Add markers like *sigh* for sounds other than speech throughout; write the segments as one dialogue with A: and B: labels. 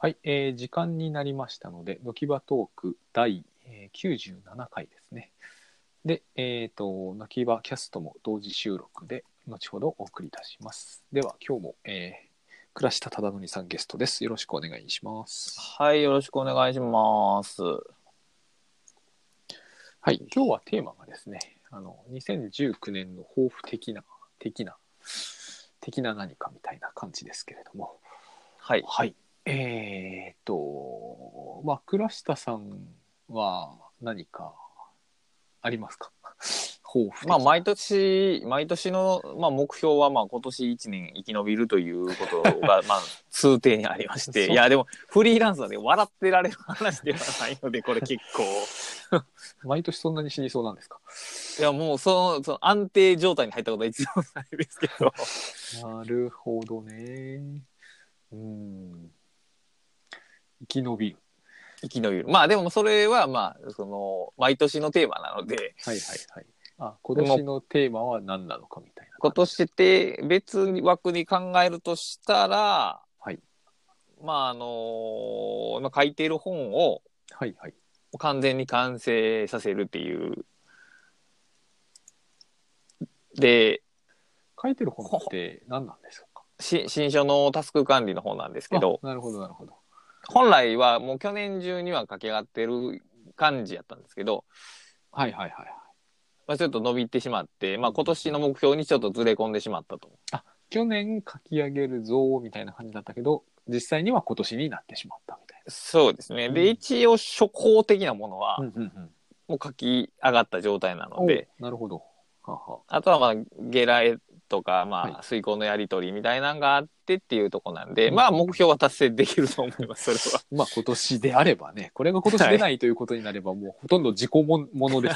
A: はい、えー時間になりましたので、のきばトーク第えー97回ですね。で、えっ、と、のきばキャストも同時収録で、後ほどお送りいたします。では、今日も、えー、倉下忠則さんゲストです。よろしくお願いします。
B: はい、よろしくお願いします。
A: はい、今日はテーマがですね、あの、2019年の抱負的な、的な、的な何かみたいな感じですけれども、
B: はい。
A: はい。えーっと、まあ、倉下さんは何かありますか *laughs* 抱負的
B: まあ、毎年、毎年の、まあ、目標は、まあ、今年一年生き延びるということが、 *laughs* まあ、通底にありまし
A: そ
B: て、
A: う
B: いや、でも、フリーランスなんで、笑ってられる話ではないので、これ結構。
A: 毎年そんなに死にそうなんですか
B: いや、もう、その、その安定状態に入ったことは一度もないですけど。
A: なるほどね。うん。生き延びる。
B: *laughs* 生き延びる。まあ、でも、それは、まあ、その、毎年のテーマなので、
A: はいはいはい。あ、今年のテーマは何なのかみたいな。
B: 今年って別枠に考えるとしたら、
A: はい
B: まああのまあ書いている本を
A: はいはい。
B: 完全に完成させるっていう。で
A: 書いてる本って何なんでしょうか
B: し新書のタスク管理の本なんですけど
A: あなるほどなるほど。
B: 本来はもう去年中には駆け上がってる感じやったんですけど、
A: はいはいはいはい。
B: まあ、ちょっと伸びてしまって、まあ、今年の目標にちょっとずれ込んでしまったと。
A: 去年書き上げるぞみたいな感じだったけど、実際には今年になってしまったみたい
B: そうですね
A: うん
B: で一応初稿的なものは
A: な。うんうんうん。
B: もう書き上がった状態なので。
A: おなるほど。はは。
B: あとはまあ下来とか
A: はい
B: まあ遂行のやり取りみたいなのがあってっていうとこなんで、
A: うん
B: まあ目標は達成できると思いますそれは
A: まあ今年であればね、これが今年出ないということになれば、もうほとんど自己もんもので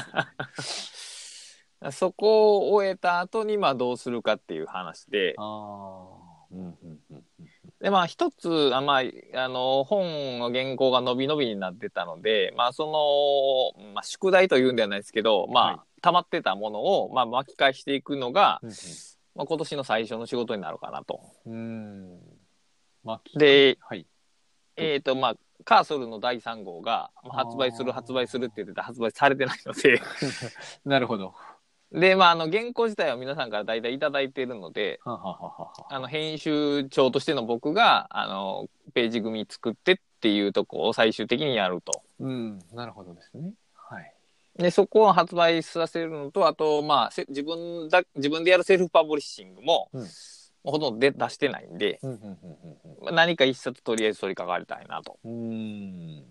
A: す。 *laughs*
B: そこを終えた後にまあどうするかっていう話で
A: ああ。うんうんうん。
B: でまあ一つあまああの本の原稿が伸び伸びになってたのでまあその、まあ、宿題というんではないですけどまあ、
A: はい
B: 溜まってたものをまあ巻き返していくのが、
A: うん
B: まあ、今年の最初の仕事になるかなと。
A: うん。うーん。まあ、
B: で
A: はい。
B: えーとまあ、カーソルの第3号が、まあ、
A: あー
B: 発売する発売するって言ってて発売されてない *laughs* ので
A: なるほど。
B: で、まあ、あの原稿自体は皆さんから大体いただいているので
A: ははははは。
B: あの編集長としての僕があのページ組作ってっていうとこを最終的にやると
A: うん。なるほどですね。はい。
B: でそこを発売させるのとあと、まあ、せ自分だ自分でやるセルフパブリッシングも、
A: うん
B: ほとんどで出してないんで、
A: うんうんうんうん
B: まあ、何か一冊とりあえず取り掛かりたいなと
A: うん。うーん。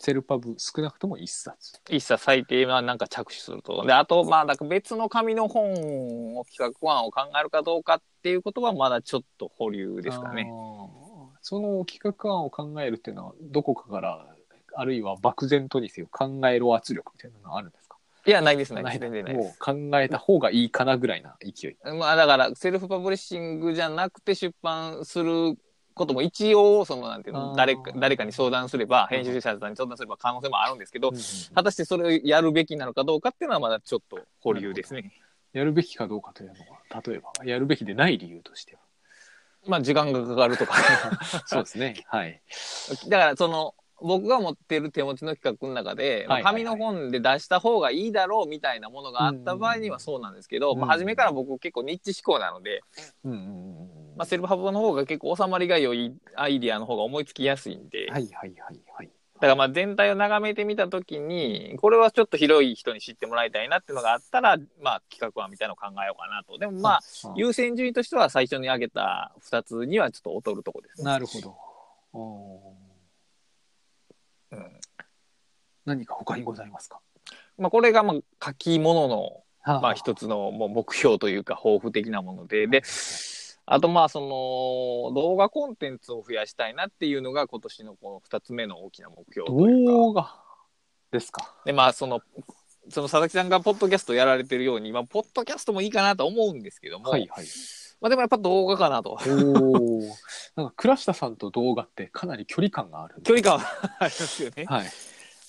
A: セルパブ少なくとも一冊。
B: 一切最低はなんか着手すると。で、あと、まあ、なんか別の紙の本を企画案を考えるかどうかっていうことは、まだちょっと保留ですかね。
A: あー。その企画案を考えるっていうのはどこかからあるいは漠然とにせよ考えろ圧力みたいなのがあるんですか
B: いや、ないです、ないです、全然ないで
A: もう考えた方がいいかなぐらいな勢い。
B: す。まあ、だから、セルフパブリッシングじゃなくて出版することも一応、その、なんていう
A: あ
B: の、
A: ー
B: 誰か、誰かに相談すれば、
A: うん
B: 編集者さんに相談すれば可能性もあるんですけど、
A: 果
B: 果
A: た
B: た
A: し
B: してそれをやるべきなのかどうかっていうのは、まだちょっと保留ですね。
A: やるべきかどうかというのは例えばやるべきでない理由としては
B: まあ、時間がかかるとか。
A: そうですねはい
B: だからその僕が持ってる手持ちの企画の中で、まあ
A: はいはいはい
B: 紙の本で出した方がいいだろうみたいなものがあった場合にはそうなんですけど、
A: うん
B: まあ、初めから僕結構ニッチ思考なので、
A: うんうんうんうん
B: まあ、セルフハブの方が結構収まりが良いアイディアの方が思いつきやすいんで、
A: はいはいはいはい
B: だからまあ全体を眺めてみた時にこれはちょっと広い人に知ってもらいたいなっていうのがあったら、まあ、企画案みたいなのを考えようかなとでもまあ
A: う
B: 優先順位としては最初に挙げた2つにはちょっと劣るとこですね。
A: なるほどおー
B: うん
A: 何か他にございますか
B: まあ、これがまあ書き物のまあ
A: 人
B: 一つのもう目標というか抱負的なもので、で、あとまあその動画コンテンツを増やしたいなっていうのが今年のこの二つ目の大きな目標というか、
A: 動画ですか
B: でまあその、その佐々木さんがポッドキャストやられてるように、まあポッドキャストもいいかなと思うんですけども、
A: はいはい
B: まあでもやっぱ動画かなと。 *laughs*
A: おお、なんか倉下さんと動画ってかなり距離感がある。
B: 距離感はありますよね。
A: はい。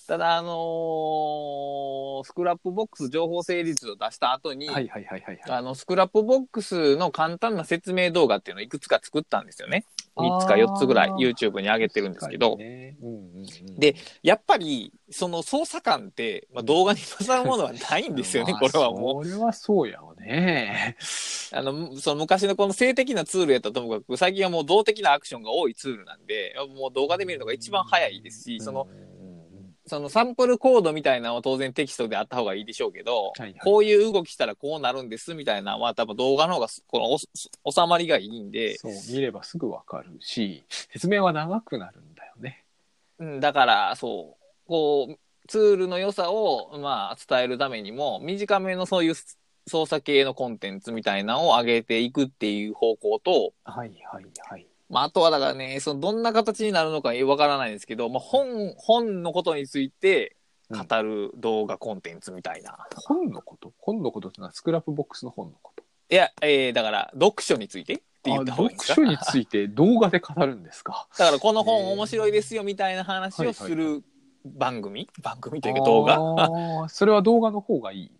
B: ただ、あのースクラップボックス情報整理図を出した後に、
A: はいはいはいはいはい。
B: あの、スクラップボックスの簡単な説明動画っていうのをいくつか作ったんですよね。3つか4つぐらい
A: あー
B: YouTube に上げてるんです
A: 確
B: けど
A: か、にねうんうんうん
B: でやっぱり、その操作感って、まあ、動画に飾るものはないんですよね、これはもう。
A: う。それはそうやわね。
B: あの、その昔のこの性的なツールやったらともかく、最近はもう動的なアクションが多いツールなんで、もう動画で見るのが一番早いですし、その、
A: うんうんうん、
B: そのサンプルコードみたいなのは当然テキストであった方がいいでしょうけど、
A: はいはい
B: こういう動きしたらこうなるんですみたいなのは多分動画の方がすこのおす収まりがいいんで、
A: そう、見ればすぐわかるし、説明は長くなるんだよね。
B: うん、だからそう、こう、ツールの良さを、まあ、伝えるためにも、短めのそういう操作系のコンテンツみたいなのを上げていくっていう方向と、
A: はいはいはい。
B: まあ、あとはだからね、そのどんな形になるのかわからないんですけど、まあ、本、本のことについて語る動画コンテンツみたいな。
A: 本のこと本のことってのはスクラップボックスの本のこと。
B: いや、えー、だから、読書についてって言った
A: あ
B: 方がいい
A: 読
B: ですか
A: 書について動画で語るんです
B: *laughs*
A: か。
B: だから、この
A: えー
B: 本面白いですよみたいな話をす
A: はいは
B: る番組、番組というか動画。
A: 画それは動画の方がいい。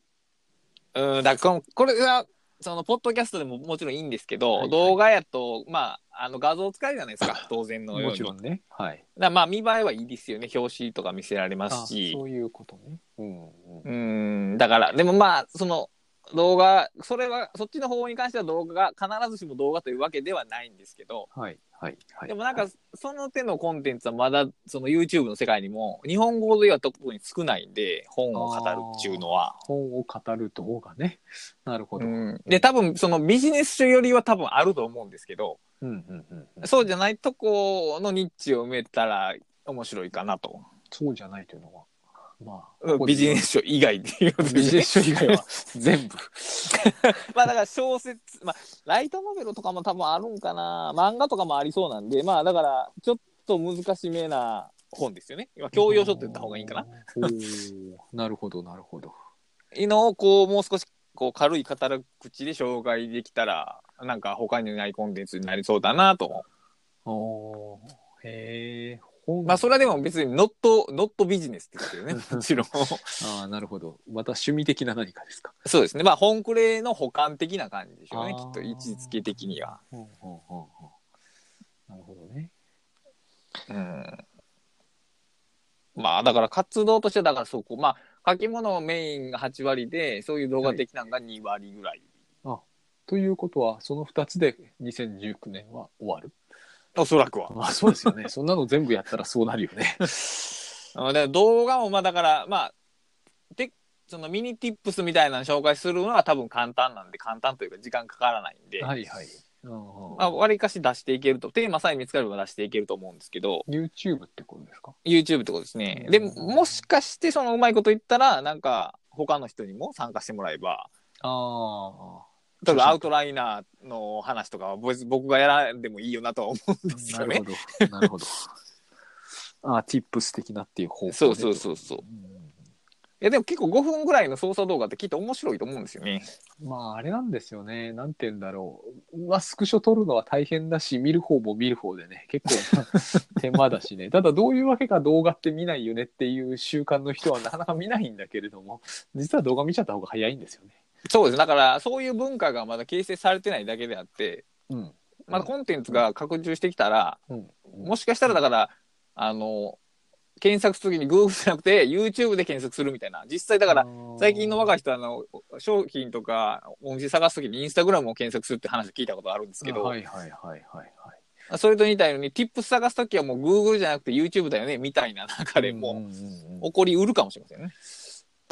B: うん、だからこの、これが、その、ポッドキャストでももちろんいいんですけど、
A: はいはい
B: 動画やと、まあ、あの、画像を使えるじゃな
A: *laughs*
B: いですか、当然のように。
A: もちろんね。はい。
B: だからまあ、見栄えはいいですよね。表紙とか見せられま
A: あ
B: すし。
A: そういうことね。うんうん
B: うーん、だから、でもまあ、その、動画、それは、そっちの方に関しては動画が、必ずしも動画というわけではないんですけど、
A: はいはいはい。
B: でもなんか、その手のコンテンツはまだ、その YouTube の世界にも、日本語では特に少ないんで、本を語るっていうのは。
A: 本を語る動画ね。なるほ
B: う
A: ど。うん
B: ん、で、多分、そのビジネス書よりは多分あると思うんですけど、
A: うんうんうん。
B: そうじゃないとこのニッチを埋めたら面白いかなと。
A: そうじゃないというのは、ま
B: う
A: あ
B: ん、ビジネス書以外っていうことですね
A: *laughs* ビジネス書以外は全部。
B: *laughs* まあだから小説、まあライトノベルとかも多分あるんかな、漫画とかもありそうなんで、まあだからちょっと難しめな本ですよね。今、教養書って言った方がいいんかな。
A: おー。なるほどなるほど。
B: のをこう、もう少しこう軽い語る口で紹介できたら、なんか他にないコンテンツになりそうだなと。
A: おーへえ。本
B: まあそれはでも別にノット、ノットビジネスってことよ
A: *laughs*
B: ね。もちろん。
A: ああなるほど。また趣味的な何かですか。
B: そうですね。まあ本クレの補完的な感じでしょうね。
A: あ
B: き
A: ー
B: っと位置づけ的には。
A: ほうほうほうほうなるほどね。
B: うんまあだから活動としてはだからそこまあ書き物をメインが8割でそういう動画的なのが2割ぐらい、
A: ということはその2つで2019年は終わる。
B: おそらくは。
A: まあそうですよね。 *laughs* そんなの全部やったらそうなるよ
B: *laughs*
A: ね。
B: うんで動画もまあだからまあでそのミニティップスみたいなの紹介するのは多分簡単なんで簡単というか時間かからないんで、
A: はいはい。うん
B: まあ、割かし出していけるとテーマさえ見つかれば出していけると思うんですけど
A: YouTube ってことですか
B: YouTube ってことですね
A: うん
B: でもしかしてそのうまいこと言ったらなんか他の人にも参加してもらえば
A: あ
B: 例えばアウトライナーの話とかは別に僕がやらんでもいいよなとは思うんです
A: あ、
B: よね。
A: なるほど。なるほど。ああ、tips 的なっていう方向で
B: そうそうそうそう。いやでも結構5分ぐらいの操作動画ってきっと面白いと思うんですよね。
A: まああれなんですよね。なんて言うんだろう。まあスクショ撮るのは大変だし、見る方も見る方でね、結
B: *laughs*
A: 構手間だしね。ただどういうわけか動画って見ないよねっていう習慣の人はなかなか見ないんだけれども、実は動画見ちゃった方が早いんですよね。
B: そうです。だからそういう文化がまだ形成されてないだけであって、
A: うん。
B: まあコンテンツが拡充してきたら、
A: うん。
B: もしかしたらだから、あの、検索するときに Google じゃなくて YouTube で検索するみたいな。実際だから、最近の若
A: い
B: い人はあの、商品とかお店探すときにインスタグラムを検索するって話を聞いたことあるんですけど、
A: はいはいはいはいはい。
B: それと似たように、Tips 探すときはもう Google じゃなくて YouTube だよね、みたいな流れ
A: うん
B: も
A: うんうんうん
B: 起こりうるかもしれませんね。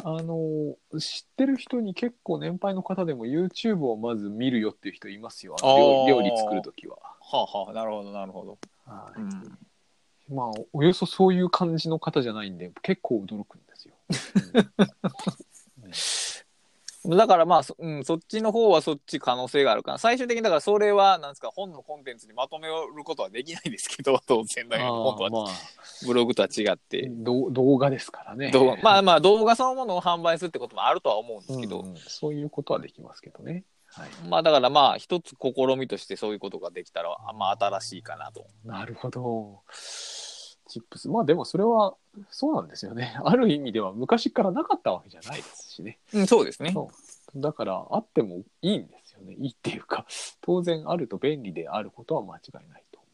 A: あの知ってる人に結構年配の方でも YouTube をまず見るよっていう人いますよあの料
B: あー
A: 料理作る時は、
B: はあはあ、なるほど、なるほど。
A: はいまあおよそそういう感じの方じゃないんで結構驚くんですよ
B: だからまあそ、うん、そっちの方はそっち可能性があるかな。最終的にだからそれは、なんですか、本のコンテンツにまとめることはできないですけど、 *laughs* 当然だけど、本と
A: あー
B: は、
A: まあ
B: ブログとは違って。
A: ど動画ですからね
B: 動画まあまあ動画そのものを販売するってこともあるとは思うんで
A: う
B: す
A: ん
B: けど、
A: うんそういうことはできますけどね、はい、
B: まあだからまあ一つ試みとしてそういうことができたらまあ新しいかなと
A: なるほどチップス。まあでもそれはそうなんですよね。ある意味では昔からなかったわけじゃないですしね。
B: うん、そうですね。
A: そうだからあってもいいんですよね。いいっていうか、 *laughs* 当然あると便利であることは間違いないと思。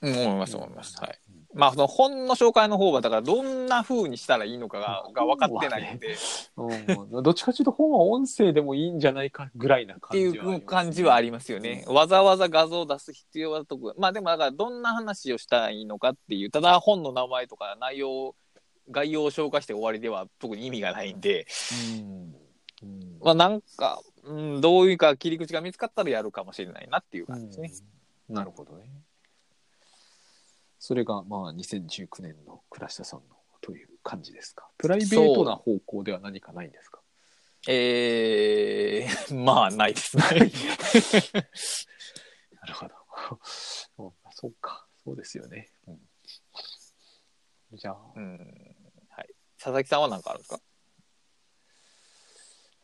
B: うん、思いうます、思います。はい。
A: うん。
B: まあ、その本の紹介の方は、だから、どんな風にしたらいいのかが、が分かってないんで、
A: うんどっちかというと本は音声でもいいんじゃないかぐらいな
B: っ
A: 感
B: て
A: じ
B: いう感じはありますよね。わざわざ画像を出す必要はとく、まあでもだからどんな話をしたらいいのかっていう、ただ本の名前とか内容、概要を紹介して終わりでは特に意味がないんで、
A: うんうん
B: まあなんか、うん、どういうか切り口が見つかったらやるかもしれないなっていう感じですね。
A: うんなるほどね。それがまあ2019年の倉下さんのという感じですか。プライベートな方向では何かないんですか
B: えー、 *laughs* まあないですね。
A: なるほど。 *laughs* そうかそうか、そうですよね。うんじゃあ、
B: うんはい、佐々木さんは何かあるんですか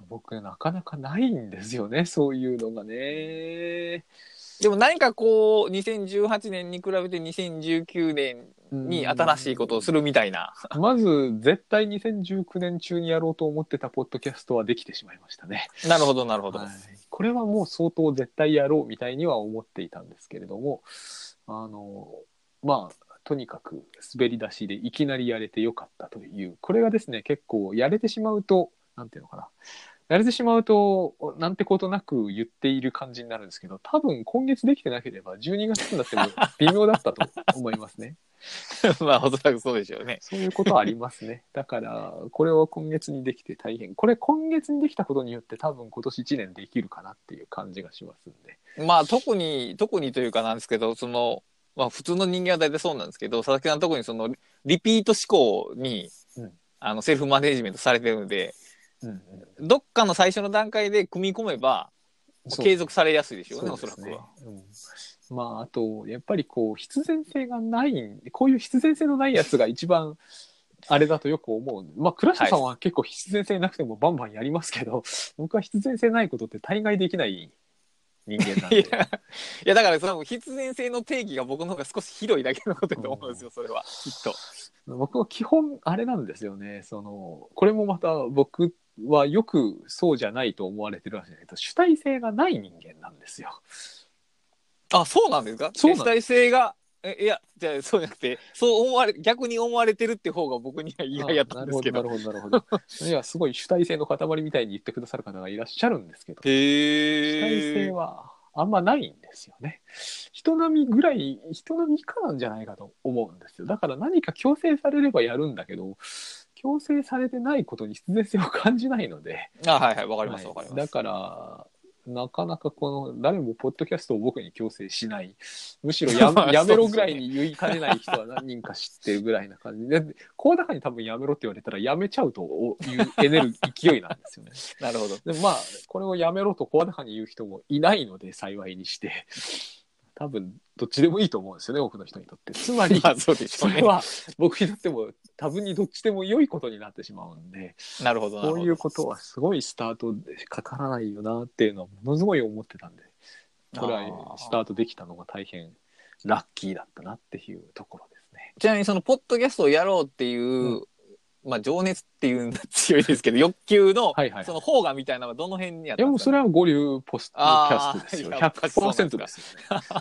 A: 僕なかなかないんですよね、そういうのがね。
B: でも何かこう、2018年に比べて2019年に新しいことをす
A: る。
B: るみたいな。
A: まず、絶対2019年中にやろうと思ってたポッドキャストはできてしまいましたね。
B: なるほど、なるほど。
A: はい、これはもう相当絶対やろうみたいには思っていたんですけれどもあのまあとにかく滑り出しでいきなりやれてよかったというこれがですね結構やれてしまうと何ていうのかなやれてしまうとなんてことなく言っている感じになるんですけど多分今月できてなければ12月になっても微妙だったと思いますね。
B: *laughs* まあ、おそらくそうでしょうね。
A: そういうことはありますね。 *laughs* だから、これを今月にできて大変。これ今月にできたことによって多分今年1年できるかなっていう感じがしますんで。
B: まあ、特に、特にというかなんですけど、その、まあ、普通の人間は大体そうなんですけど、佐々木さん特にその、リピート思考に、
A: うん
B: あの、セルフマネジメントされてるので、
A: うんうん、
B: どっかの最初の段階で組み込めば、継続されやすいでしょうね、
A: そ
B: お
A: う
B: そ
A: で
B: ら
A: す
B: く
A: ね
B: は。
A: うんまあ、あと、やっぱりこう、必然性がない、こういう必然性のないやつが一番、あれだとよく思う。まあ、倉下さんは結構必然性なくてもバンバンやりますけど、僕は必然性ないことって大概できない人間なん
B: い
A: *laughs* で。
B: や、いやだからその必然性の定義が僕の方が少し広いだけのことだと思うんですよ、それは。きっと。
A: 僕は基本あれなんですよねそのこれもまた僕はよくそうじゃないと思われてるわけじゃないけど主体性がない人間なんですよ。
B: あ、そうなんですか
A: そうなん
B: 主体性が、えいや、じゃあそうじゃなくて、そう思われ、逆に思われてるって方が僕には意外やったんですけ
A: あ
B: ど。
A: なるほどなるほどなるほ
B: *laughs*
A: ど。いやすごい主体性の塊みたいに言ってくださる方がいらっしゃるんですけど主体
B: へ
A: 性
B: え。
A: はあんまないんですよね。人並みぐらい人並み以下なんじゃないかと思うんですよ。だから何か強制されればやるんだけど強制されてないことに必然性を感じないので。
B: あ、はいはい、わかります、わかり
A: はい
B: ま
A: だ
B: す。
A: からなかなかこの誰もポッドキャストを僕に強制しないむしろややめろぐらいに言いかねない人は何人か知ってるぐらいな感じで声高に多分やめろって言われたらやめちゃうというエネルギー勢いなんですよね。
B: なるほど。 *laughs*
A: でもまあこれをやめろと声高に言う人もいないので幸いにして多分どっちでもいいと思うんですよね多くの人にとって。つまり
B: まあ、そうでし
A: そ
B: ょ
A: う
B: ね
A: れ。は僕にとっても多分にどっちでも良いことになってしまうんで。
B: なるほど、なる
A: こう
B: ほ
A: いう
B: ど。
A: ことはすごいスタートでかからないよなっていうのはものすごい思ってたんで、これ
B: あ
A: は
B: ー
A: スタートできたのが大変ラッキーだったなっていうところですね。
B: ちなみに、その、ポッドキャストをやろうっていう、まあ、情熱っていうのは強いですけど、欲求の、
A: はいはい。
B: その、方がみたいなのはどの辺にあっ
A: い
B: た
A: や
B: ん
A: もう
B: です
A: そ
B: か、
A: れ
B: ね、
A: は五流ポストキャストですよ。
B: あー *laughs* やっぱそうなんです
A: 100%
B: か
A: ですよ、ね。
B: *laughs*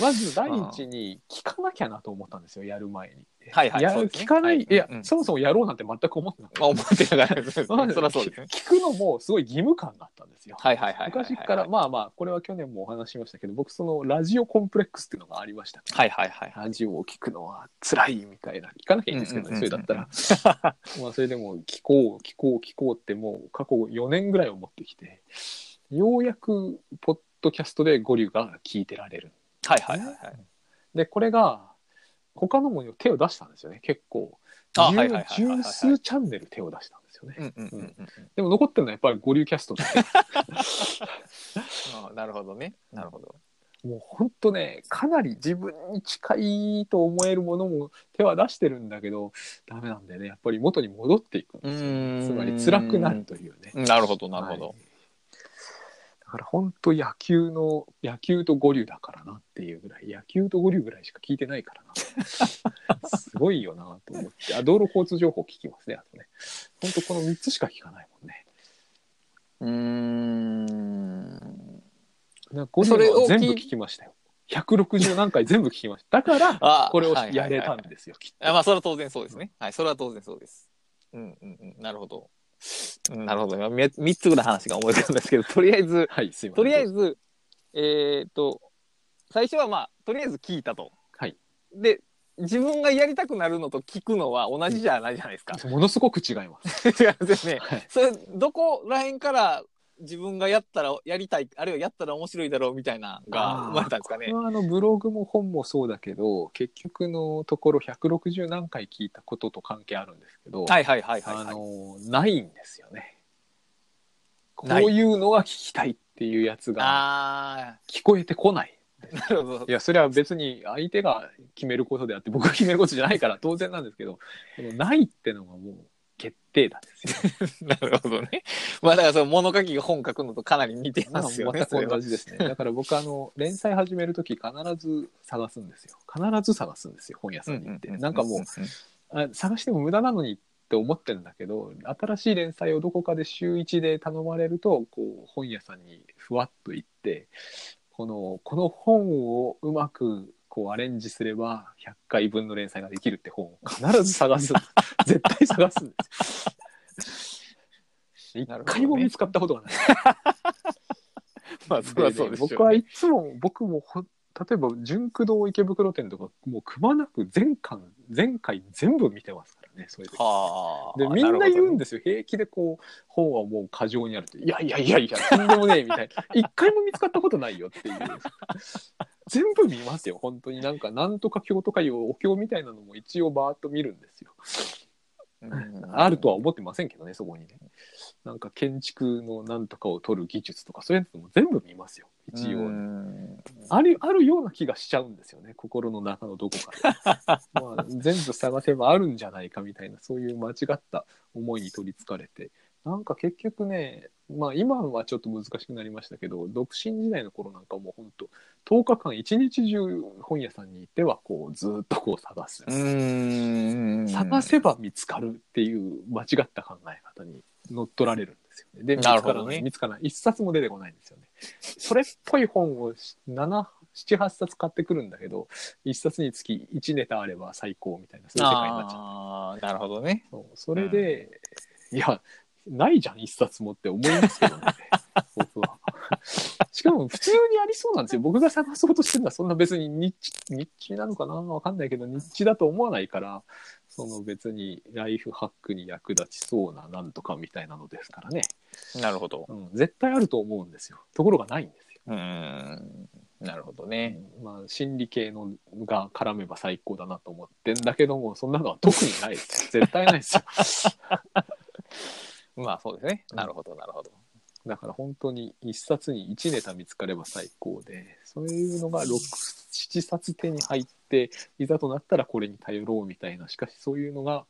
A: まず第一に聞かなきゃなと思ったんですよ、やる前に。
B: はいはい
A: や
B: そう
A: る
B: ですね
A: 聞かない、
B: はい
A: いや、
B: うん
A: そもそもやろうなんて全く思ってなかった
B: まあ、思ってながら、そ
A: まあ
B: りゃそうですね。
A: 聞くのもすごい義務感だったんですよ。
B: はいはいはいはいはいはい
A: 昔から、まあまあ、これは去年もお話ししましたけど、僕、そのラジオコンプレックスっていうのがありましたから
B: はいはいはいはい。
A: ラジオを聞くのは辛いみたいな、聞かなきゃいいんですけどね、
B: うんうんうんうん
A: それだったら。 *laughs* まあ、それでも、聞こう、聞こう、聞こうって、もう過去4年ぐらい思ってきて、ようやく、ポッドキャストで五流が聞いてられる。
B: はいはいはいはい。
A: で、これが、他のものに手を出したんですよね、結構。
B: あはい
A: 十
B: はいはいはいはい
A: 十数チャンネル手を出したんですよね。
B: うんうんうんうん。
A: でも残ってるのはやっぱり五流キャストで、
B: ああなるほどね。なるほど。
A: もうほんとね、かなり自分に近いと思えるものも手は出してるんだけど、ダメなんだよね。やっぱり元に戻っていくんですよ
B: うーん
A: ね。つまり辛くなるというね。
B: なるほど、なるほど。
A: はいだから本当野球の、野球と五流だからなっっていうぐらい野球と五流ぐらいしか聞いてないから
B: *laughs*
A: なすごいよなと思ってあ道路交通情報聞きますねあとねほんとこの3つしか聞かないもんね
B: うーん。
A: だから5流は全部聞きましたよ160何回全部聞きましただから
B: あ
A: これをやれたん
B: す
A: ですよきっ
B: あ
A: と
B: まあそれは当然そうですね。はい、それは当然そうです。うんうんうん、なるほど。うんなるほど。今み三つぐらい話が思い浮かんだんですけど、とりあえず、
A: はいすいませ
B: と
A: ん
B: りあえず、えっと、最初はまあ、とりあえず聞いたと。
A: はい
B: で、自分がやりたくなるのと聞くのは同じじゃないじゃないですか。
A: ものすごく違います
B: 違い *laughs* ますよね。
A: はい
B: それ、どこら辺から自分がやったら、やりたい、あるいはやったら面白いだろうみたいなのが生まれたんですかね
A: こ。れはあのブログも本もそうだけど結局のところ160何回聞いたことと関係あるんですけど、
B: はいはいはいはい、はい。
A: あのないんですよねこう
B: ない
A: いうのが聞きたいっていうやつが
B: あ
A: 聞こえてこない
B: ー、なるほど
A: い。やそれは別に相手が決めることであって僕が決めることじゃないから当然なんですけどこのないってのがもう決定打ですよ、ね、
B: なるほどね。 *laughs* まあだからその物書きが本書くのとかなり似てますよね。それ
A: 全く
B: は
A: 同じですねだから僕あの連載始める時必ず探すんですよ必ず探すんですよ本屋さんに行って、なんかもうあ探しても無駄なのにって思ってるんだけど新しい連載をどこかで週1で頼まれるとこう本屋さんにふわっと行ってこのこの本をうまくこうアレンジすれば100回分の連載ができるって本を必ず探 *laughs* す絶対探すん *laughs* です。一
B: なるほどね
A: 回も見つかったことがない。
B: まあそりゃそうでしょうね
A: 僕はいつも僕もほ例えば純駆動池袋店とかもうくまなく全巻全回全部見てますからねそういう時
B: はあ。
A: でみんな言うん
B: で。
A: ですよ、平気でこう本はもう過剰にあるっていやいやいやいやとんでもねえみたいな一回も見つかったことないよっていう全部見ますよ本当になんかなんとか経とかいうお経みたいなのも一応バーッと見るんですよあるとは思ってませんけどねそこにねなんか建築のなんとかを取る技術とかそういうのも全部見ますよ一応、
B: うん
A: あるあるような気がしちゃうんですよね心の中のどこかで、まあ、全部探せばあるんじゃないかみたいなそういう間違った思いに取りつかれてなんか結局ねまあ今はちょっと難しくなりましたけど独身時代の頃なんかもうほんと10日間一日中本屋さんに行ってはこうずーっとこう探す、
B: うん。
A: 探せば見つかるっていう間違った考え方に乗っ取られるんですよね。で見つ
B: な
A: か
B: るほ
A: ら
B: ど
A: ない、
B: ね
A: 見つからない一冊も出てこないんですよね。それっぽい本を78冊買ってくるんだけど一冊につき1ネタあれば最高みたいなそういう世界になっちゃう
B: ああ、なるほどね。
A: そうそれで、いやないじゃん一冊もって思いますけどね *laughs* 僕は。しかも普通にありそうなんですよ僕が探そうとしてるのはそんな別に日日中なのかなわかんないけど日中だと思わないからその別にライフハックに役立ちそうななんとかみたいなのですからね、
B: なるほど。
A: うん、絶対あると思うんですよところがないんですよ。
B: うん。なるほどね。
A: まあ、心理系のが絡めば最高だなと思ってんだけどもそんなのは特にないです絶対ないですよ
B: まあそうですね。なるほど、なるほど。
A: だから本当に一冊に一ネタ見つかれば最高で、そういうのが6、7冊手に入って、いざとなったらこれに頼ろうみたいな、しかしそういうのが、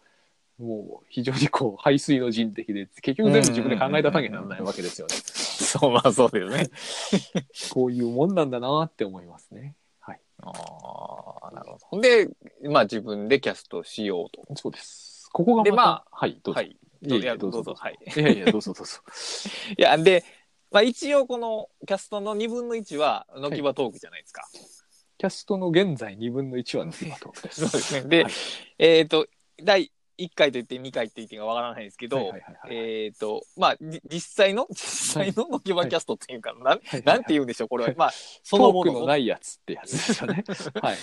A: もう非常にこう、排水の陣的で、結局全部自分で考え出さなきゃならないわけですよね。
B: そう、まあそうですね。
A: こういうもんなんだなって思いますね。はい。
B: *laughs* ああ、なるほど。で、まあ自分でキャストしようと。
A: そうです。ここがまた、
B: でまあ
A: はい、どうぞ。、
B: はいい。
A: いえいえど
B: どう
A: うぞ
B: ぞどうぞ。はい。
A: いやいや、どうぞどうぞ。
B: いや、で、まあ、一応このキャストの2分の1は、のきばトークじゃないですか。
A: キャストの現在2分の1は抜
B: *laughs*
A: きまとです。
B: そうですね。で、
A: はい
B: えっ、と、第1回と言って2回と言っていいかわからないですけど、
A: はいはいはいはい
B: えっ、と、まあ、じ実際の、実際ののきばキャストっていうか、なん、
A: はい
B: なんて言うんでしょう、これは。まあ、
A: ト
B: そのも
A: ークの
B: の
A: ないやつってやつです
B: *laughs*
A: よね。はい。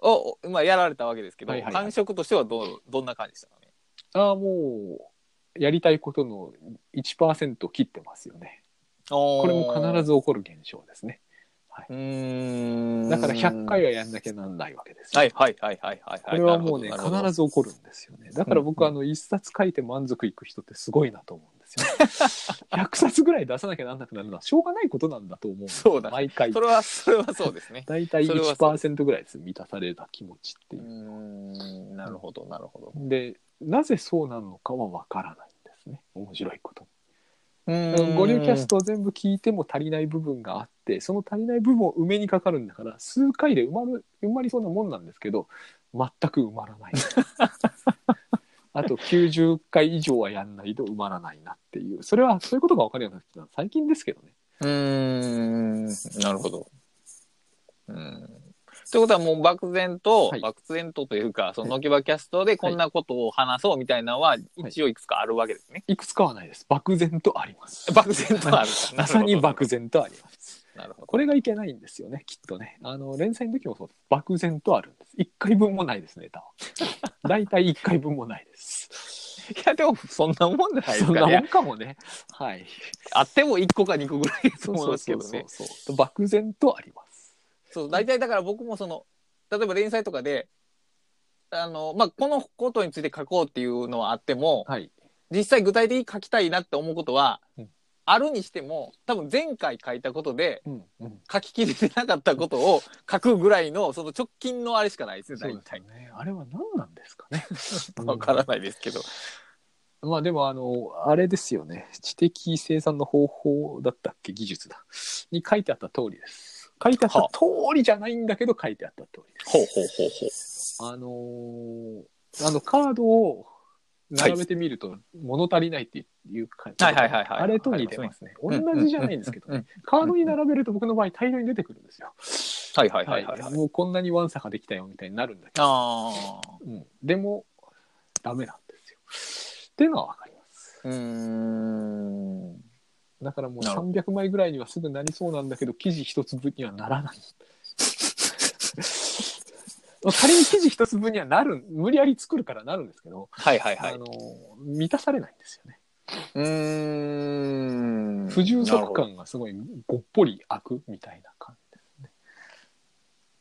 B: を、まあ、やられたわけですけど、
A: はいはいはい
B: 感触としてはどう、どんな感じでしたかね。
A: ああ、もう、やりたいことの1%切ってますよね。
B: こ
A: これも必。ず起こる現象ですね。
B: うーん。
A: だから100回はやんなきゃなんないわけですよ。
B: はいはいはいはいはい。
A: これはもうね、
B: な
A: 必
B: るほどなるほど
A: ず起こるんですよね。だから僕、
B: うん
A: あの、1冊書いて満足いく人ってすごいなと思うんですよ、
B: *laughs*
A: ね。100冊ぐらい出さなきゃなんなくなるのはしょうがないことなんだと思うんですよ
B: そうだ
A: 毎回
B: そ。れは、それはそうですね。
A: 大体
B: それはそう
A: 1%ぐらいです。満たされた気持ちって
B: う
A: い
B: ー
A: う。
B: ん、なるほど、なるほど。
A: で、なぜそうなのかはわからないんですね。面白いことに。
B: うーん
A: ゴリュキャストを全部聞いても足りない部分があっってその足りない部分を埋めにかかるんだから数回で埋まる埋まりそうなもんなんですけど全く埋まら
B: *laughs*
A: ないあと90回以上はやんないと埋まらないなっていうそれはそういうことが分かるようになってきたのは最近ですけどね
B: うーん、なるほど。うん。ということはもう漠然と、
A: はい
B: 漠然とというか、そのノキバキャストでこんなことを話そうみたいなのは、一応いくつかあるわけですね。
A: *laughs* いくつかはないです漠然とあり
B: *laughs*
A: ます
B: 漠然とあるから。
A: まさに
B: なるほ
A: 漠然とあります
B: ど。なるほど。
A: これがいけないんですよねきっとねあの連載の時もそうです漠然とあるんです1回分もないですねネタ
B: *laughs*
A: は大体1回分もないです
B: *laughs* いや、でも、そんなもんじゃないです
A: そん
B: か
A: なもん
B: ね。
A: かもねはい
B: あっても1個か2個ぐらいだと
A: そう
B: 思い
A: そう
B: ますけ
A: そ
B: ど
A: う
B: ね。
A: そうそう漠然とあります
B: そう大体だから僕もその例えば連載とかであの、まあ、このことについて書こうっていうのはあっても
A: はい
B: 実際具体的に書きたいなって思うことは、
A: うん
B: あるにしても多分前回書いたことで
A: うんうん
B: 書ききれてなかったことを書くぐらいのその直近のあれしかないですね
A: そう
B: 大
A: です
B: 体
A: よ。ねあれは何なんですかね
B: わからないですけど、
A: まあでもあのあれですよね知的生産の方法だったっけ技術だに書いてあった通りです書いてあった
B: は
A: 通りじゃないんだけど書いてあった通りです
B: ほうほうほうほう
A: あのーあのカードを並べてみると物足りないっていうか、
B: はいはいはいはい
A: あれと似てますね、
B: りますね
A: 同じじゃないんですけど、ね
B: うんうんうん
A: カードに並べると僕の場合大量に出てくるんですよ、
B: はいはいはいはい、はい
A: もうこんなにワンサカできたよみたいになるんだけど、
B: ああ
A: うん、でもダメなんですよっていうのは分かります
B: うーん
A: だからもう
B: なるほ
A: 300枚ぐらいにはすぐなりそうなんだけど記事一つ分にはならない *laughs* 仮に記事一つ分にはなる無理やり作るからなるんですけど、
B: はいはいはい
A: あの満たされないんですよね
B: うーん
A: 不充
B: なる
A: 足
B: ほど
A: 感がすごいごっぽり開くみたいな感じ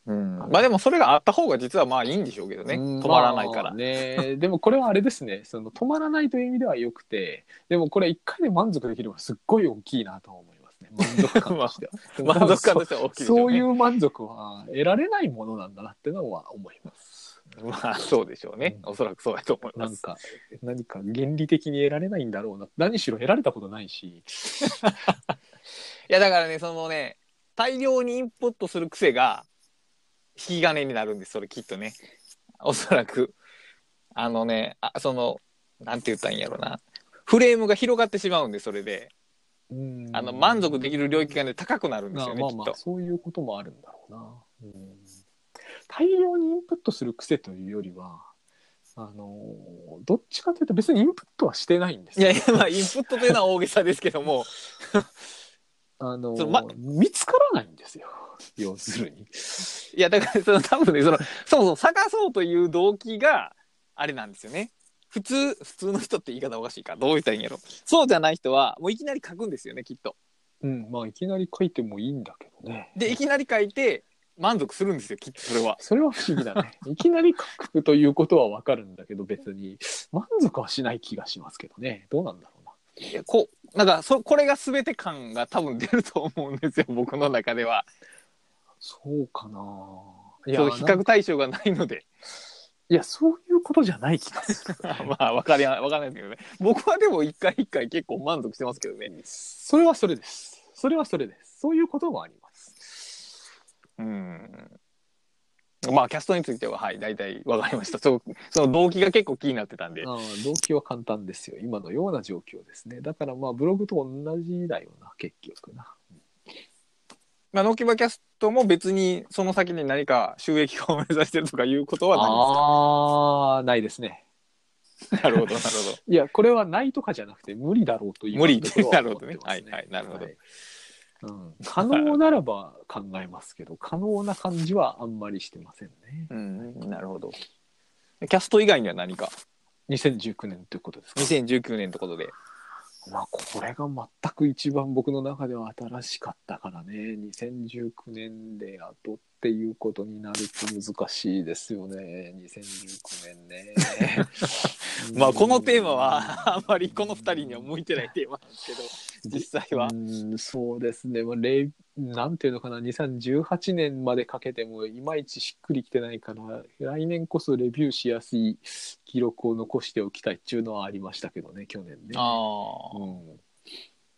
B: うんまあでもそれがあった方が実はまあいいんでしょうけどね
A: うん
B: 止まらないから、
A: あねでもこれはあれですね *laughs* その止まらないという意味では良くてでもこれ一回で満足できるのはすっごい大きいなとは思います
B: *laughs*
A: ね満足感としてはでも多
B: 満
A: 分
B: 足
A: そ
B: 感としては大きいでしょ
A: そうう
B: ね
A: いう満足は得られないものなんだなってのは思います
B: まあそうでしょうね、
A: う
B: おそらくそうだと思いま
A: なん
B: す
A: か何か原理的に得られないんだろうな何しろ得られたことないし
B: いやだからねそのね大量にインプットする癖が引き金になるんですそれきっとねおそらくあのねあそのなんて言ったらいいんやろなフレームが広がってしまうんでそれで
A: うん
B: あの満足できる領域がね高くなるんですよね、
A: まあ
B: き
A: ま
B: っ
A: あまあ
B: と
A: そういうこともあるんだろうな、うん、大量にインプットする癖というよりはあのどっちかというと別にインプットはしてないんです
B: い
A: よ
B: やいやまあインプットというのは大げさですけども
A: あの
B: そのま
A: 見つからないんですよ *laughs* 要するに
B: いやだからその多分ねそのそもそも探そうという動機があれなんですよね普通普通の人って言い方おかしいかどう言ったらいいんやろそうじゃない人はもういきなり書くんですよねきっと
A: うんまあいきなり書いてもいいんだけどね
B: でいきなり書いて満足するんですよきっとそれは
A: それは不思議だ
B: *laughs*
A: ねいきなり書くということはわかるんだけど別に満足はしない気がしますけどねどうなんだろうない
B: やこうなんかそこれが全て感が多分出ると思うん *laughs* ですよ僕の中では
A: そうかない
B: その比較対象がないので *laughs*
A: いやそういうことじゃない気がする
B: まあ分かりゃ分かんないですけどね僕はでも一回一回結構満足してますけどね
A: それはそれです。それはそれです。そういうこともあります。
B: うん。まあ、キャストについては、はい、大体わかりました。そう、その動機が結構気になってたんで。
A: ああ動機は簡単ですよ。今のような状況ですね。だからまあブログと同じだよな、結局な。
B: まあ、ノキバキャストも別に、その先に何か収益化を目指してるとかいうことはな
A: ああ、ないですね。
B: いですか。なるほど、なるほど。
A: いや、これはないとかじゃなくて無理だろうという
B: 無理
A: ところは思って
B: なるほ
A: ま
B: ど
A: す
B: ねはいはいなるほど
A: いうん、可能ならば考えますけど、可能な感じはあんまりしてませんね。
B: うん、なるほど。キャスト以外には何か、
A: 2019年ということですか。
B: 2019年ってことで。
A: まあ、これが全く一番僕の中では新しかったからね2019年で後っていうことになると難しいですよね2019年
B: *laughs*
A: ね
B: まあ、このテーマは、あ *laughs* んまりこの二人には向いてないテーマなんですけど、実際は
A: う。んそうですね、まあ、れいなんていうのかな2018年までかけてもいまいちしっくりきてないから来年こそレビューしやすい記録を残しておきたいっていうのはありましたけどね去年ね。
B: ああ。
A: うん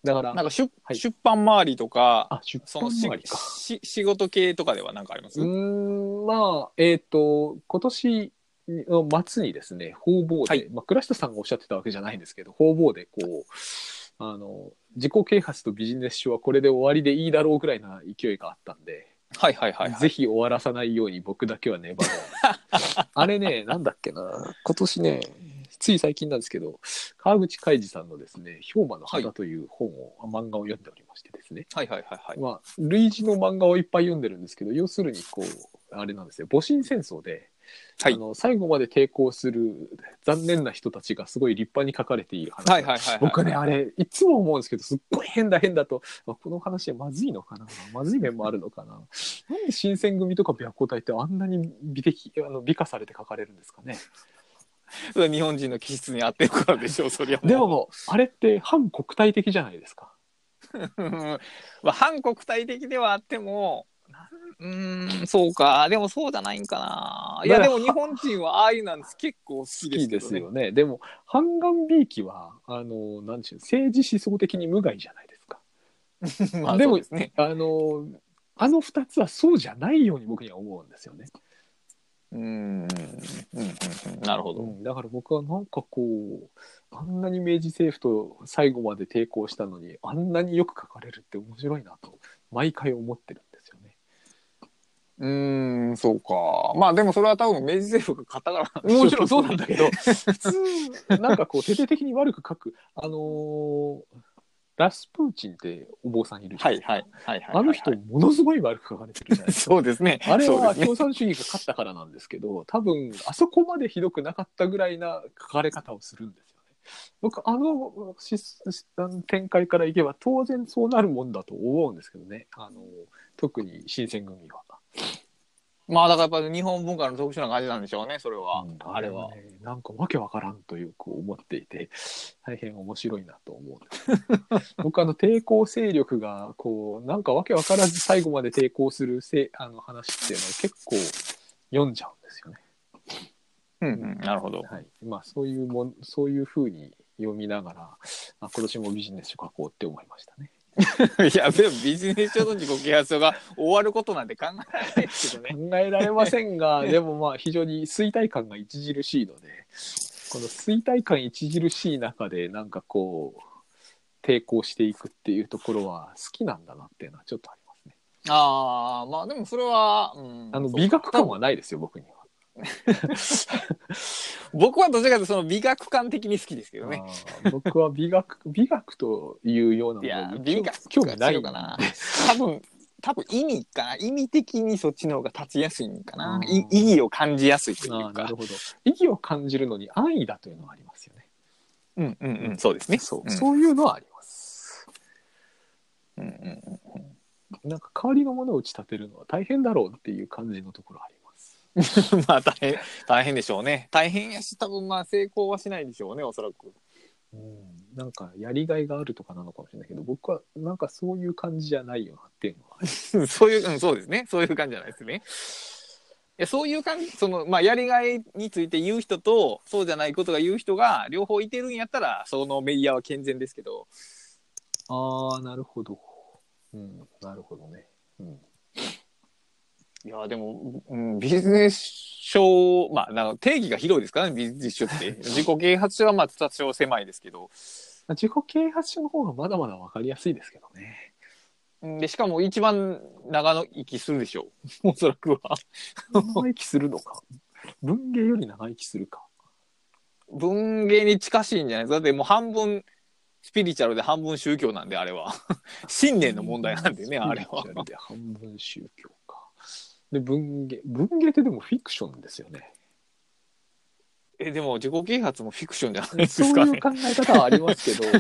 A: だから、
B: なんか出,、
A: はい
B: 出版周りとか
A: あ、出
B: そ
A: 版
B: のし
A: 周りか。
B: し仕事系とかでは何かあります、
A: うーん、まあ、えっ、と、今年の末にですね、方々で、
B: はい
A: まあ、倉下さんがおっしゃってたわけじゃないんですけど、方々でこう、あの、自己啓発とビジネス書はこれで終わりでいいだろうぐらいな勢いがあったんで、
B: はいはいはい、は
A: ぜ
B: い、
A: ひ終わらさないように僕だけは粘ろう。
B: *laughs*
A: あれね、なんだっけな、今年ね、つい最近なんですけど、川口海二さんのですね、氷馬の肌という本を、漫画を読んでおりましてですね、
B: はいはいはいはい
A: まあ、類似の漫画をいっぱい読んでるんですけど、要するにこう、あれなんですよ、戊辰戦争で、
B: はい
A: あの最後まで抵抗する残念な人たちがすごい立派に書かれている話。
B: はいはいはいはい
A: 僕ね、あれ、いつも思うんですけど、すっごい変だ変だと、あこの話はまずいのかなまずい面もあるのかななんで新選組とか白虎隊ってあんなに美的、あの美化されて書かれるんですかね。
B: それは日本人の気質に合ってるからでしょうそりゃ
A: で
B: う
A: も、あれって反国体的じゃないですか。
B: *laughs* まあ反国体的ではあってもなんうーんそうかでもそうじゃないんかないや
A: だ
B: で
A: から
B: も日本人はああいうなんです結構好
A: 好
B: きで
A: き
B: すけ
A: で
B: ど
A: す
B: ね
A: よね。でも、半眼びいきは、あの、なんでしょう、政治思想的に無害じゃないですか。
B: *laughs* まあ
A: でも
B: そうですね
A: あの、あの二つはそうじゃないように僕には思うんですよね。
B: うーんうんうんうんなるほ
A: う
B: ど
A: ん、だから僕はなんかこう、あんなに明治政府と最後まで抵抗したのに、あんなによく書かれるって面白いなと、毎回思ってるんですよね。
B: うーんそうかまあでもそれは多分明治政府が型から
A: もちろんそうなんだけど、 *laughs* 普通、なんかこう、徹底的に悪く書く、あのーラスプーチンってお坊さんいるじゃ
B: *laughs* は
A: ん
B: いはいはいはいはい
A: あの人、ものすごい悪く書かれてるじゃないですか
B: そうですね
A: あれ
B: *laughs* そう
A: は
B: ですね
A: 共産主義が勝ったからなんですけど、多分あそこまでひどくなかったぐらいな書かれ方をするんですよね。僕あのしし展開からいけば当然そうなるもんだと思うんですけどねあの特に新選組は。
B: まあだからやっぱ日本文化の特殊な感じなんでしょうねそれは、
A: うん
B: あれは
A: ねなんかわけわからんというこう思っていて *laughs* 大変面白いなと思うん *laughs* です、僕あの抵抗勢力がこうなんかわけわからず最後まで抵抗するせいあの話っていうのを結構読んじゃうんですよね。
B: うんうんなる *laughs* ほど
A: はい、まあそういうもんそういうふうに読みながらあ今年もビジネス書書こうって思いましたね。
B: いや、でもビジネス書の自己啓発書が終わることなんて考えられないですけどね。
A: 考えられませんがでもまあ非常に衰退感が著しいのでこの衰退感著しい中でなんかこう抵抗していくっていうところは好きなんだなっていうのはちょっとありますね。
B: *laughs* ああ、まあでもそれは、うん、
A: あの
B: そう
A: 美学感はないですよ僕には。
B: 僕はどちらかというとその美学観的に好きですけどね。
A: あー僕は美学美学というよう
B: い
A: なも
B: や
A: の、に
B: 美
A: 興
B: 学
A: 興味ない
B: のかな。多分、多分意味かな。意味的にそっちの方が立ちやすいんかな。
A: うん
B: い意義を感じやすいとい
A: あ
B: う
A: ーな
B: か
A: る。ほど意義を感じるのに安易だというのはありますよね。
B: うんうんうん、そうですね。
A: そう、
B: うん
A: そういうのはあります。
B: うんうんうん
A: なんか代わりのものを打ち立てるのは大変だろうっていう感じのところあります。
B: まあ大変、大変でしょうね。大変やし、多分まあ成功はしないでしょうね、おそらく。
A: うん、なんかやりがいがあるとかなのかもしれないけど、僕はなんかそういう感じじゃないよなっていうのは。
B: そういう、うん、そうですね。そういう感じじゃないですね。いや、そういう感じ、その、まあ、やりがいについて言う人と、そうじゃないことが言う人が、両方いてるんやったら、そのメディアは健全ですけど、
A: ああ、なるほど。うん、なるほどね。うん、
B: いや、でも、うん、ビジネス書、まあ、なんか定義が広いですからね、ビジネス書 *laughs* って。自己啓発書は、まあ、多少狭いですけど。
A: 自己啓発書の方がまだまだわかりやすいですけどね。
B: うんで、しかも一番長の生きするでしょう。お *laughs* そらくは。
A: 長生きするのか。文芸より長生きするか。
B: 文芸に近しいんじゃないですかだってもう半分スピリチュアルで半分宗教なんであれは *laughs* 信念の問題なんでねあれは
A: スピリチュアルで半分宗教か。で、文芸。文芸ってでもフィクションですよね。
B: *laughs* えでも自己啓発もフィクションじゃないです
A: そう
B: か
A: い
B: ね
A: う考え方はありますけど *laughs*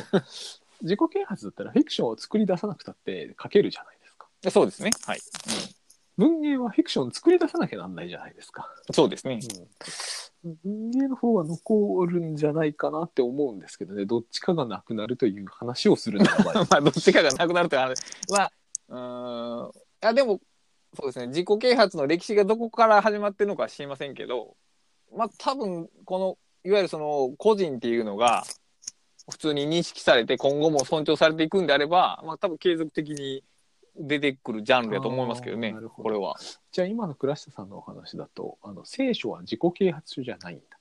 A: 自己啓発だったらフィクションを作り出さなくたって書けるじゃないですか
B: そうそうですねはい、
A: 文芸はフィクションを作り出さなきゃなんないじゃないですか、
B: うんそうですね
A: うん、文芸の方は残るんじゃないかなって思うんですけどねどっちかがなくなるという話をするならば
B: *laughs* まあどっちかがなくなるという話はうーんあでもそうですね自己啓発の歴史がどこから始まってるのかは知りませんけどまあ多分このいわゆるその個人っていうのが普通に認識されて今後も尊重されていくんであれば、まあ、多分継続的に出てくるジャンルだと思いますけど
A: あ
B: ね
A: ーなるほど
B: これは。
A: じゃあ今の倉下さんのお話だとあの聖書は自己啓発書じゃないんだ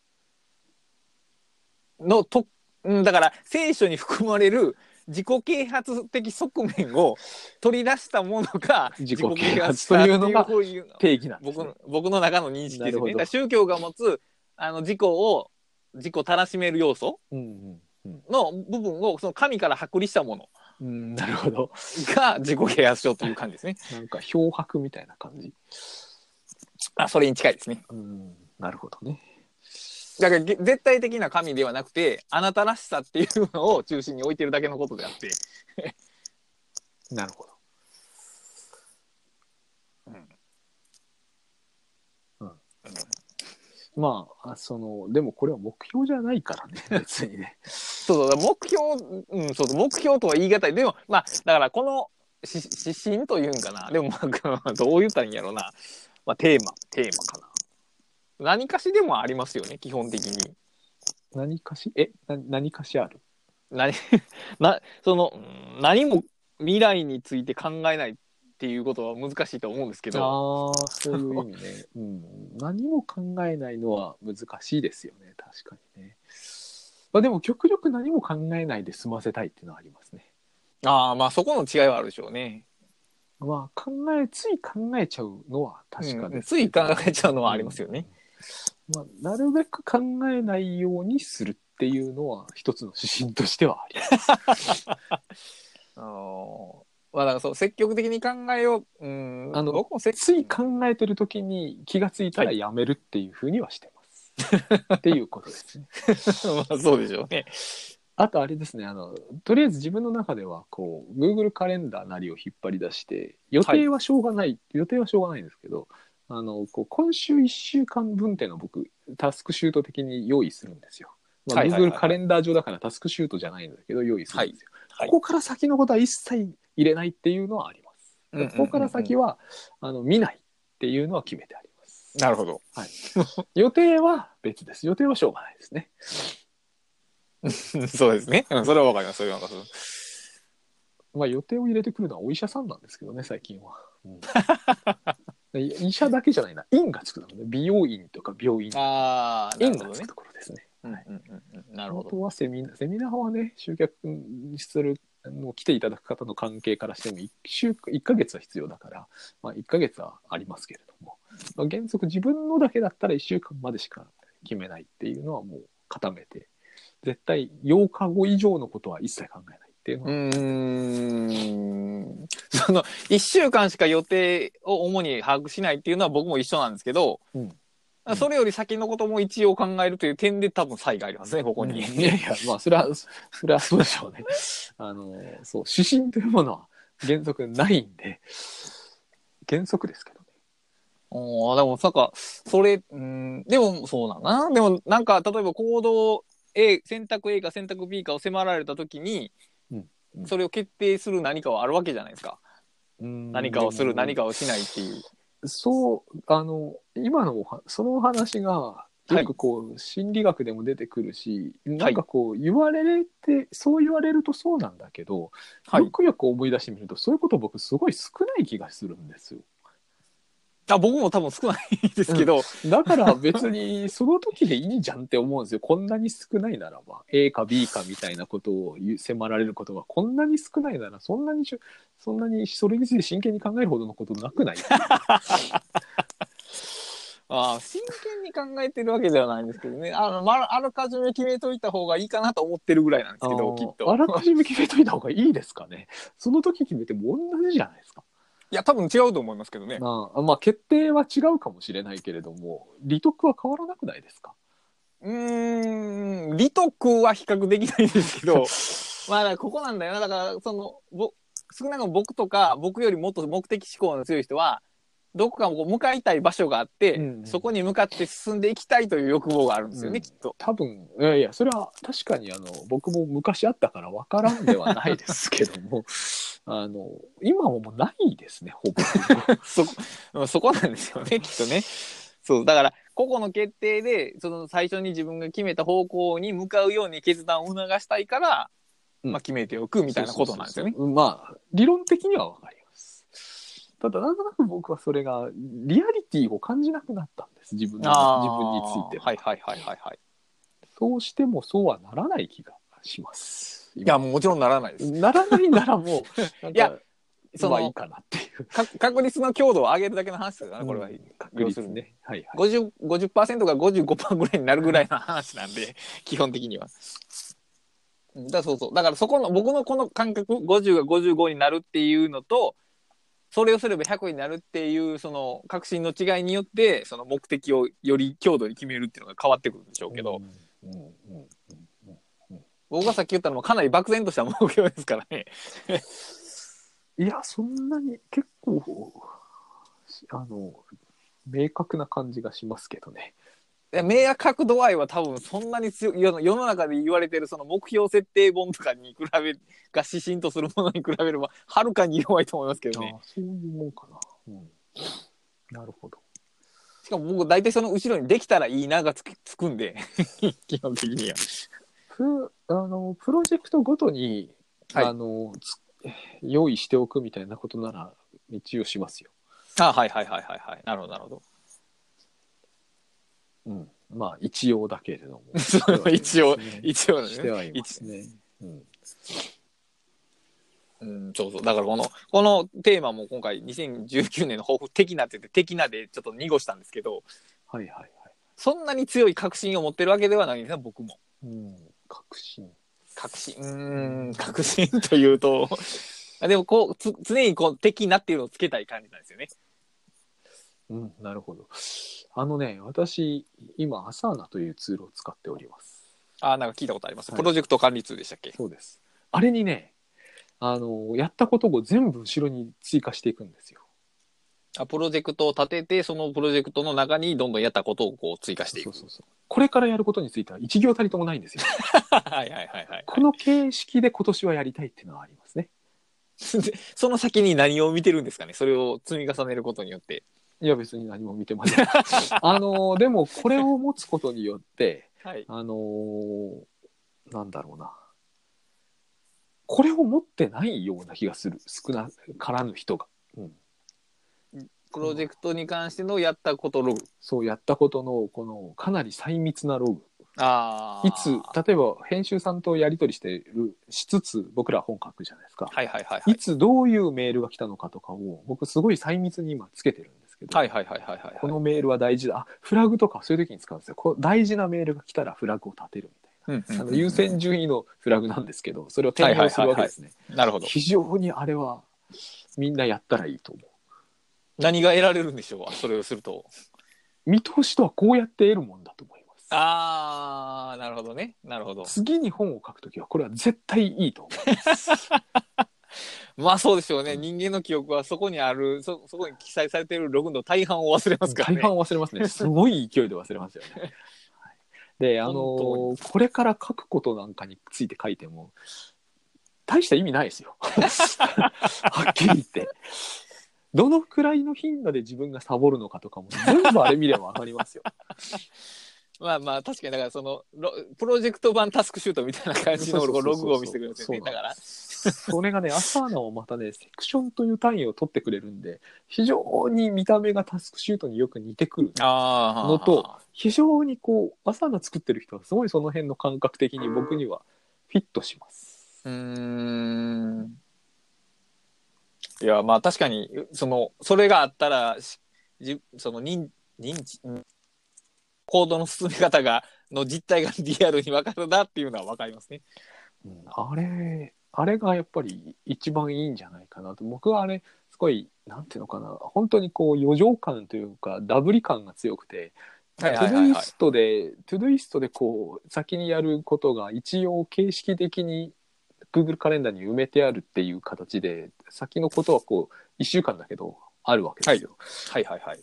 B: のとうんだから聖書に含まれる自己啓発的側面を取り出したものが
A: 自己啓発というのが
B: 自己啓発というこういう
A: 定義なんです、
B: 僕
A: ね
B: の、僕の中の認識で
A: なる
B: すね
A: ほど
B: だから宗教が持つあの自己を自己たらしめる要素
A: うんうんうん
B: の部分をその神から剥離したもの
A: うん、なるほど
B: が自己啓発書という感じですね。
A: なんか漂白みたいな感じ
B: *laughs* あそれに近いですね。
A: うんなるほどね
B: だからげ絶対的な神ではなくてあなたらしさっていうのを中心に置いてるだけのことであって
A: なるほど
B: うん
A: うんまああそのでもこれは目標じゃないから *laughs* ね別にね
B: そうそう目標、うん、そうそう目標とは言い難いでもまあだからこのし指針というんかなでもまあどう言ったらいいんやろうな、まあ、テーマテーマかな何かしでもありますよね基本的に
A: 何かしえな何かしある
B: 何 *laughs* なそのうん何も未来について考えないっていうことは難しいと思うんですけ
A: あ
B: ど
A: あそう *laughs* いう意味ね、うん、何も考えないのは難しいですよね確かにね、まあ、でも極力何も考えないで済ませたいっていうのはありますね
B: ああまあそこの違いはあるでしょうね
A: まあ考えつい考えちゃうのは確か
B: うん
A: に
B: つい考えちゃうのはありますよね、
A: まあ、なるべく考えないようにするっていうのは一つの指針としてはあります
B: あのーまあだからそう積極的に考えよううん
A: あの
B: 僕も
A: *laughs*
B: 積
A: つい考えてる時に気がついたらやめるっていうふうにはして *laughs* ます、っていうことですね
B: まあそうでしょうね
A: あとあれですねあのとりあえず自分の中ではこう Google カレンダーなりを引っ張り出して予定はしょうがない、予定はしょうがないんですけどあのこう今週1週間分っていうのを僕タスクシュート的に用意するんですよ、まあ
B: はいはいはい
A: Google カレンダー上だからタスクシュートじゃないんだけど用意するんですよ、
B: はい
A: ここから先のことは一切入れないっていうのはあります。
B: うんうんうんうん
A: ここから先はあの見ないっていうのは決めてあります。
B: *laughs* なるほど。
A: 予定は別です。予定はしょうがないですね。
B: *laughs* そうですね。うんそれはわかります。それはわかります。
A: まあ予定を入れてくるのはお医者さんなんですけどね、最近は。
B: *laughs*
A: うん医者だけじゃないな、院がつくのね。美容院とか病院、
B: ああ、な
A: 院
B: るほ
A: が
B: ど
A: つ
B: ね
A: く。ところですね。
B: うんうんうんうんなる
A: あ
B: ほ
A: と
B: ど。
A: はセミナー、セミナーはね、集客する、あの来ていただく方の関係からしても1週間、1ヶ月は必要だから、まあ1ヶ月はありますけれども、まあ、原則自分のだけだったら1週間までしか決めないっていうのはもう固めて、絶対8日後以上のことは一切考えないっていうの
B: う
A: は、
B: ーん。その、1週間しか予定を主に把握しないっていうのは僕も一緒なんですけど、
A: うん
B: それより先のことも一応考えるという点で多分差異がありますね、こ
A: こ
B: こに。 *laughs*
A: いやいや、まあそれは、それはそうでしょうね。あの、そう、指針というものは原則ないんで、原則ですけどね。
B: おーでも、なんか、それ、うん、でも、そうだな。でも、なんか、例えば行動 A、選択 A か選択 B かを迫られたときに、
A: うんうん
B: それを決定する何かはあるわけじゃないですか。何かをする、何
A: か
B: かをしないっていう。
A: そうあの今のおはそのお話が
B: い
A: よくこう、心理学でも出てくるしなんかこう言われてそう言われるとそうなんだけど、よ。くよく思い出してみるとそういうこと僕すごい少ない気がするんですよ
B: あ、僕も多分少ないですけど、
A: だから別にその時でいいじゃんって思うんですよこんなに少ないならば A か B かみたいなことを言う迫られることがこんなに少ないならそんなにしゅそんなにそれについて真剣に考えるほどのことなくない
B: あー真剣に考えてるわけではないんですけどね。あの、まあ、あらかじめ決めといた方がいいかなと思ってるぐらいなんですけど、
A: あー
B: きっと。
A: あらかじめ決めといた方がいいですかね。その時決めても同じじゃないですか。
B: いや、多分違うと思いますけどね。
A: なあまあ決定は違うかもしれないけれども、利得は変わらなくないですか。
B: うーん、利得は比較できないですけ
A: *laughs*
B: ど、まあ、だからここなんだよな。だから、その、ぼ少なくとも僕とか、僕よりもっと目的思考の強い人は、どこかこう向かいたい場所があって、
A: うんうん
B: そこに向かって進んでいきたいという欲望があるんですよ
A: う
B: ね、
A: ん
B: きっと。
A: 多分いやいやそれは確かにあの僕も昔あったから分からんではないですけどもあの今はもうないですねほぼ
B: *laughs* そこ、うんそこなんですよね、きっとね。そう、だから、個々の決定でその最初に自分が決めた方向に向かうように決断を促したいから、
A: うん
B: まあ、決めておくみたいなことなんですよね。
A: そうそうそうそうまあ、理論的にはわかります。ただ、なんとなく僕はそれが、リアリティを感じなくなったんです。自分の
B: あ
A: 自分に
B: ー
A: ついては、
B: はいはいはいはいはい。
A: そうしてもそうはならない気がします。
B: いや、もうもちろんならないです。
A: ならないならもう、なん
B: いや
A: か、
B: その
A: まあいいかなっていう。
B: か確率の強度を上げるだけの話ですからね、これは。
A: 確
B: 要す
A: 率
B: るに
A: ね。はいはい。
B: 50 50%が55%ぐらいになるぐらいの話なんで、 *laughs* 基本的には。うんだからそうそう。だからそこの、僕のこの感覚、50が55になるっていうのと、それをすれば100になるっていう、その、確信の違いによって、その目的をより強度に決めるっていうのが変わってくるんでしょうけど、
A: うん、うんうんうん
B: 僕がさっき言ったのもかなり漠然とした目標ですからね。
A: いや、そんなに結構、あの、明確な感じがしますけどね。
B: いや明確度合いは多分そんなに強い世の世の中で言われてるその目標設定本とかに比べが指針とするものに比べればはるかに弱いと思いますけどね
A: ああそういうもんかな。うん、なるほど。
B: しかも僕大体その後ろにできたらいいながつくつくんで基本的には
A: プあのプロジェクトごとに、
B: はい
A: あのつ用意しておくみたいなことなら一応しますよ。
B: *laughs* あはいはいはいはいはいなるほどなるほど
A: うん、まあ一応だけれども。
B: *laughs* そう一応一応
A: してはい
B: ね
A: ますね。うん、
B: うん、そうそう。だからこの、このテーマも今回2019年の抱負的なって言って、的なでちょっと濁したんですけど、
A: はいはいはい。
B: そんなに強い確信を持ってるわけではないんですね、僕も。
A: うん、確信。
B: 確信うーん確信というと *laughs* あでもこうつ常にこう的なっていうのをつけたい感じなんですよね
A: うん、なるほど。あのね、私、今、アサーナというツールを使っております。
B: あなんか聞いたことあります、
A: はい
B: プロジェクト管理ツールでしたっけ
A: そうです。あれにね、あの、やったことを全部後ろに追加していくんですよ。
B: あプロジェクトを立ててそのプロジェクトの中にどんどんやったことをこう追加してい
A: そ
B: く
A: うそうそう。これからやることについては一行たりともないんですよ。
B: *laughs* はいはいはいはい
A: この形式で今年はやりたいっていうのはありますね。
B: その先に何を見てるんですかねそれを積み重ねることによって
A: いや、別に何も見てま
B: *laughs*
A: せん。あの、でも、これを持つことによって、
B: はい
A: あのなんだろうな。これを持ってないような気がする。少なからぬ人が。
B: プロジェクトに関してのやったことログ
A: そうやったことの、この、かなり細密なログ。
B: あー
A: いつ、例えば編集さんとやり取りしてる、しつつ、僕ら本書くじゃないですか。、
B: はいはいはいはいい
A: つどういうメールが来たのかとかを、僕すごい細密に今つけてるんですけど、
B: はいはいはいはいはい
A: このメールは大事だ。あ、フラグとかそういう時に使うんですよ。こう大事なメールが来たらフラグを立てるみたい
B: うんうん
A: な。あ
B: うん
A: の優先順位のフラグなんですけど、それを転用するわけですね。
B: なるほど
A: 非常にあれは、みんなやったらいいと思
B: 何が得られるんでしょうそれをすると
A: う。見通しとはこうやって得るもんだと思います。
B: あーなるほどねなるほど
A: 次に本を書くときは、これは絶対いいと思う。
B: まあそうでしょうね人間の記憶はそこにあるそそこに記載されているログの大半を忘れますから
A: 大
B: ね
A: 半忘れますね。すごい勢いで忘れますよね。はいで、あの
B: 本
A: これから書くことなんかについて書いても、大した意味ないです
B: *laughs*
A: よ。はっきり言って。どのくらいの頻度で自分がサボるのかとかも全部あれ見ればわかり
B: *laughs*
A: ますよ。
B: まあまあ確かにだからそのロプロジェクト版タスクシュートみたいな感じの *laughs*
A: そうそうそうそう
B: ログを見せてくれるんですよね
A: そうな
B: だ
A: ん
B: から
A: それがね、アサーナをまたね、セクションという単位を取ってくれるんで、非常に見た目がタスクシュートによく似てくる。
B: あ
A: のと非常にこう、アサーナ作ってる人はすごいその辺の感覚的に僕にはフィットします。
B: うーんいやまあ確かにそのそれがあったらしじその認認知うん行動の進め方がの実態がリアルに分かるなっていうのは分かりますね
A: うんあれ、あれがやっぱり一番いいんじゃないかなと。僕はあれ、すごい、なんていうのかな、本当にこう、余剰感というか、ダブリ感が強くて、トゥドゥイストで、トゥドゥイストでこう、先にやることが一応形式的に Google カレンダーに埋めてあるっていう形で、先のことはこう、1週間だけど、あるわけですよ。
B: はいはいはい。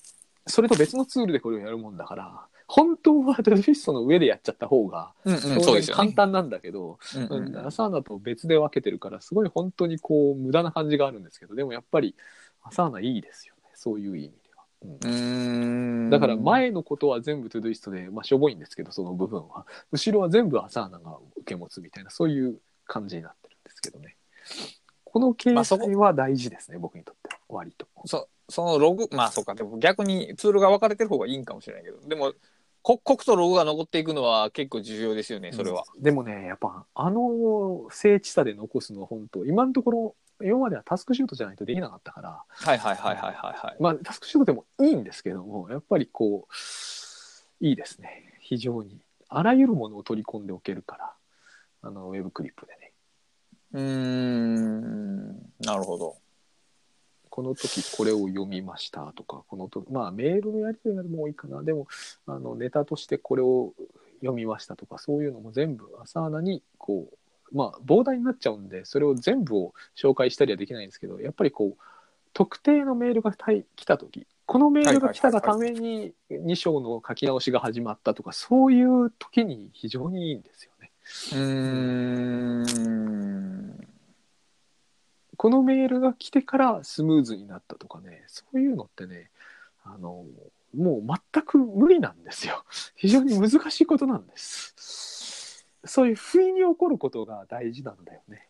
A: それと別のツールでこれをやるもんだから、本当はトゥドゥイストの上でやっちゃった方が、
B: うん
A: 当然簡単なんだけど、
B: うんうん
A: アサーナと別で分けてるからすごい本当にこう無駄な感じがあるんですけどでもやっぱりアサーナいいですよねそういう意味では、うん
B: うーん
A: だから前のことは全部トゥドゥイストで、まあ、しょぼいんですけどその部分は後ろは全部アサーナが受け持つみたいなそういう感じになってるんですけどねこの形
B: まあそこ
A: 式は大事ですね、僕にとっては割と
B: そそのログまあそうかでも逆にツールが分かれてる方がいいんかもしれないけどでも刻々とログが残っていくのは結構重要ですよねそれは、、
A: うんでもねやっぱあの精緻さで残すのは本当今のところ今まではタスクシュートじゃないとできなかったから
B: はいはいはいはいはいはい
A: まあタスクシュートでもいいんですけどもやっぱりこういいですね非常にあらゆるものを取り込んでおけるからあのウェブクリップでね
B: うーんなるほど
A: この時これを読みましたとかこの時まあメールのやり取りなども多いかなでもあのネタとしてこれを読みましたとかそういうのも全部アサーナにこうまあ膨大になっちゃうんでそれを全部を紹介したりはできないんですけどやっぱりこう特定のメールがたい来た時このメールが来たがために2章の書き直しが始まったとかそういう時に非常にいいんですよね。
B: うーん
A: このメールが来てからスムーズになったとかねそういうのってねあのもう全く無理なんですよ *laughs* 非常に難しいことなんですそういう不意に起こることが大事なんだよね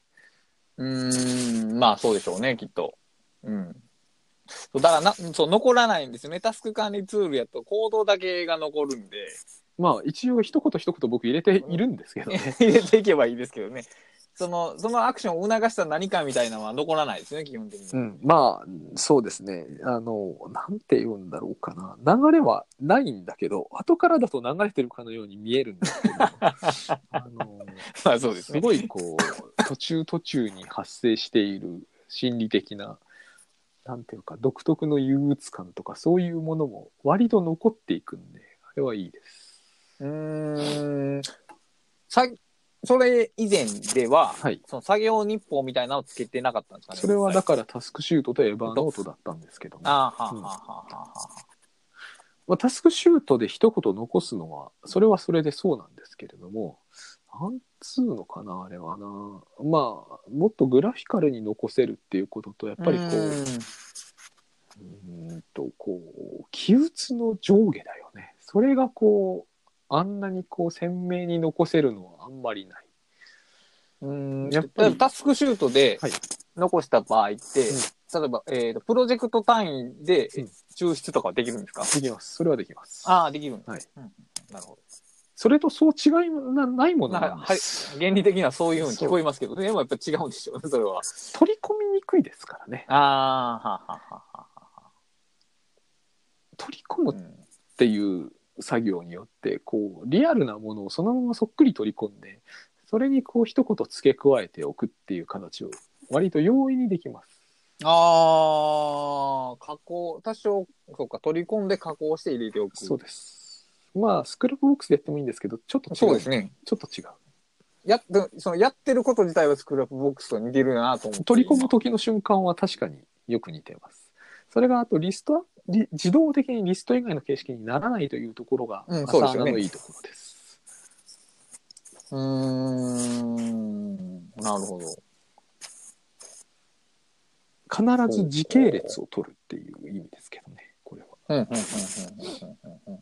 B: うーんまあそうでしょうねきっとうんそうだからなそう残らないんですよねタスク管理ツールやと行動だけが残るんで
A: まあ一応一言一言僕入れているんですけどね、
B: 入れていけばいいですけどねそのそのアクションを促した何かみたいなのは残らないですね基本的に、
A: うん、まあそうですねあのなんて言うんだろうかな流れはないんだけど後からだと流れてるかのように見えるんですけど *laughs* あの
B: まあそうです
A: す
B: ね
A: ごいこう途中途中に発生している心理的ななんていうか独特の憂鬱感とかそういうものも割と残っていくんであれはいいです。
B: うーんさそれ以前では、
A: はい、
B: その作業日報みたいなのをつけてなかったんですかね
A: それはだ
B: 実際
A: からタスクシュートとエヴァノートだったんですけどね、ま
B: あーはあはあはあはあはあ
A: あ、タスクシュートで一言残すのはそれはそれでそうなんですけれどもなんつうのかなあれはなまあもっとグラフィカルに残せるっていうこととやっぱりこう
B: ーん
A: うーんとこう気鬱の上下だよねそれがこうあんなにこう鮮明に残せるのはあんまりない、
B: うん
A: やっ
B: やっ
A: ぱ
B: ぱ
A: り
B: りタスクシュートで
A: はい
B: 残した場合って、
A: うん
B: 例えば、えーとプロジェクト単位で
A: うん
B: 抽出とかはできるんですか、
A: できますそれはできます
B: ああ、できるんだ
A: はい
B: うんなるほ
A: それとそう違いなないも
B: ど。な
A: の
B: んか、
A: なん
B: は
A: で
B: い
A: す、
B: 原理的にはそういうふうに聞こえますけど、でもやっぱ違うんでしょ *laughs* うね、それは。
A: 取り込みにくいですからね
B: ああ、はあはあはあは
A: 取り込む
B: あ。うん
A: っていう作業によってこうリアルなものをそのままそっくり取り込んでそれにこう一言付け加えておくっていう形を割と容易にできます
B: ああ、加工、多少、そうか、取り込んで加工して入れておく。
A: そうですまあスクラップボックスでやってもいいんですけどちょっと違う
B: そうですね。
A: ちょっと違う
B: やっ、その、やってること自体はスクラップボックスと似てるなと思って。
A: 取り込む時の瞬間は確かによく似てます。それがあとリストはリ自動的にリスト以外の形式にならないというところが、
B: うん
A: アサ
B: そ
A: ーナ
B: うですよね
A: のいいところです。
B: うーん、なるほど。
A: 必ず時系列を取るっていう意味ですけどね、これは。
B: うんうんうんうんうんうん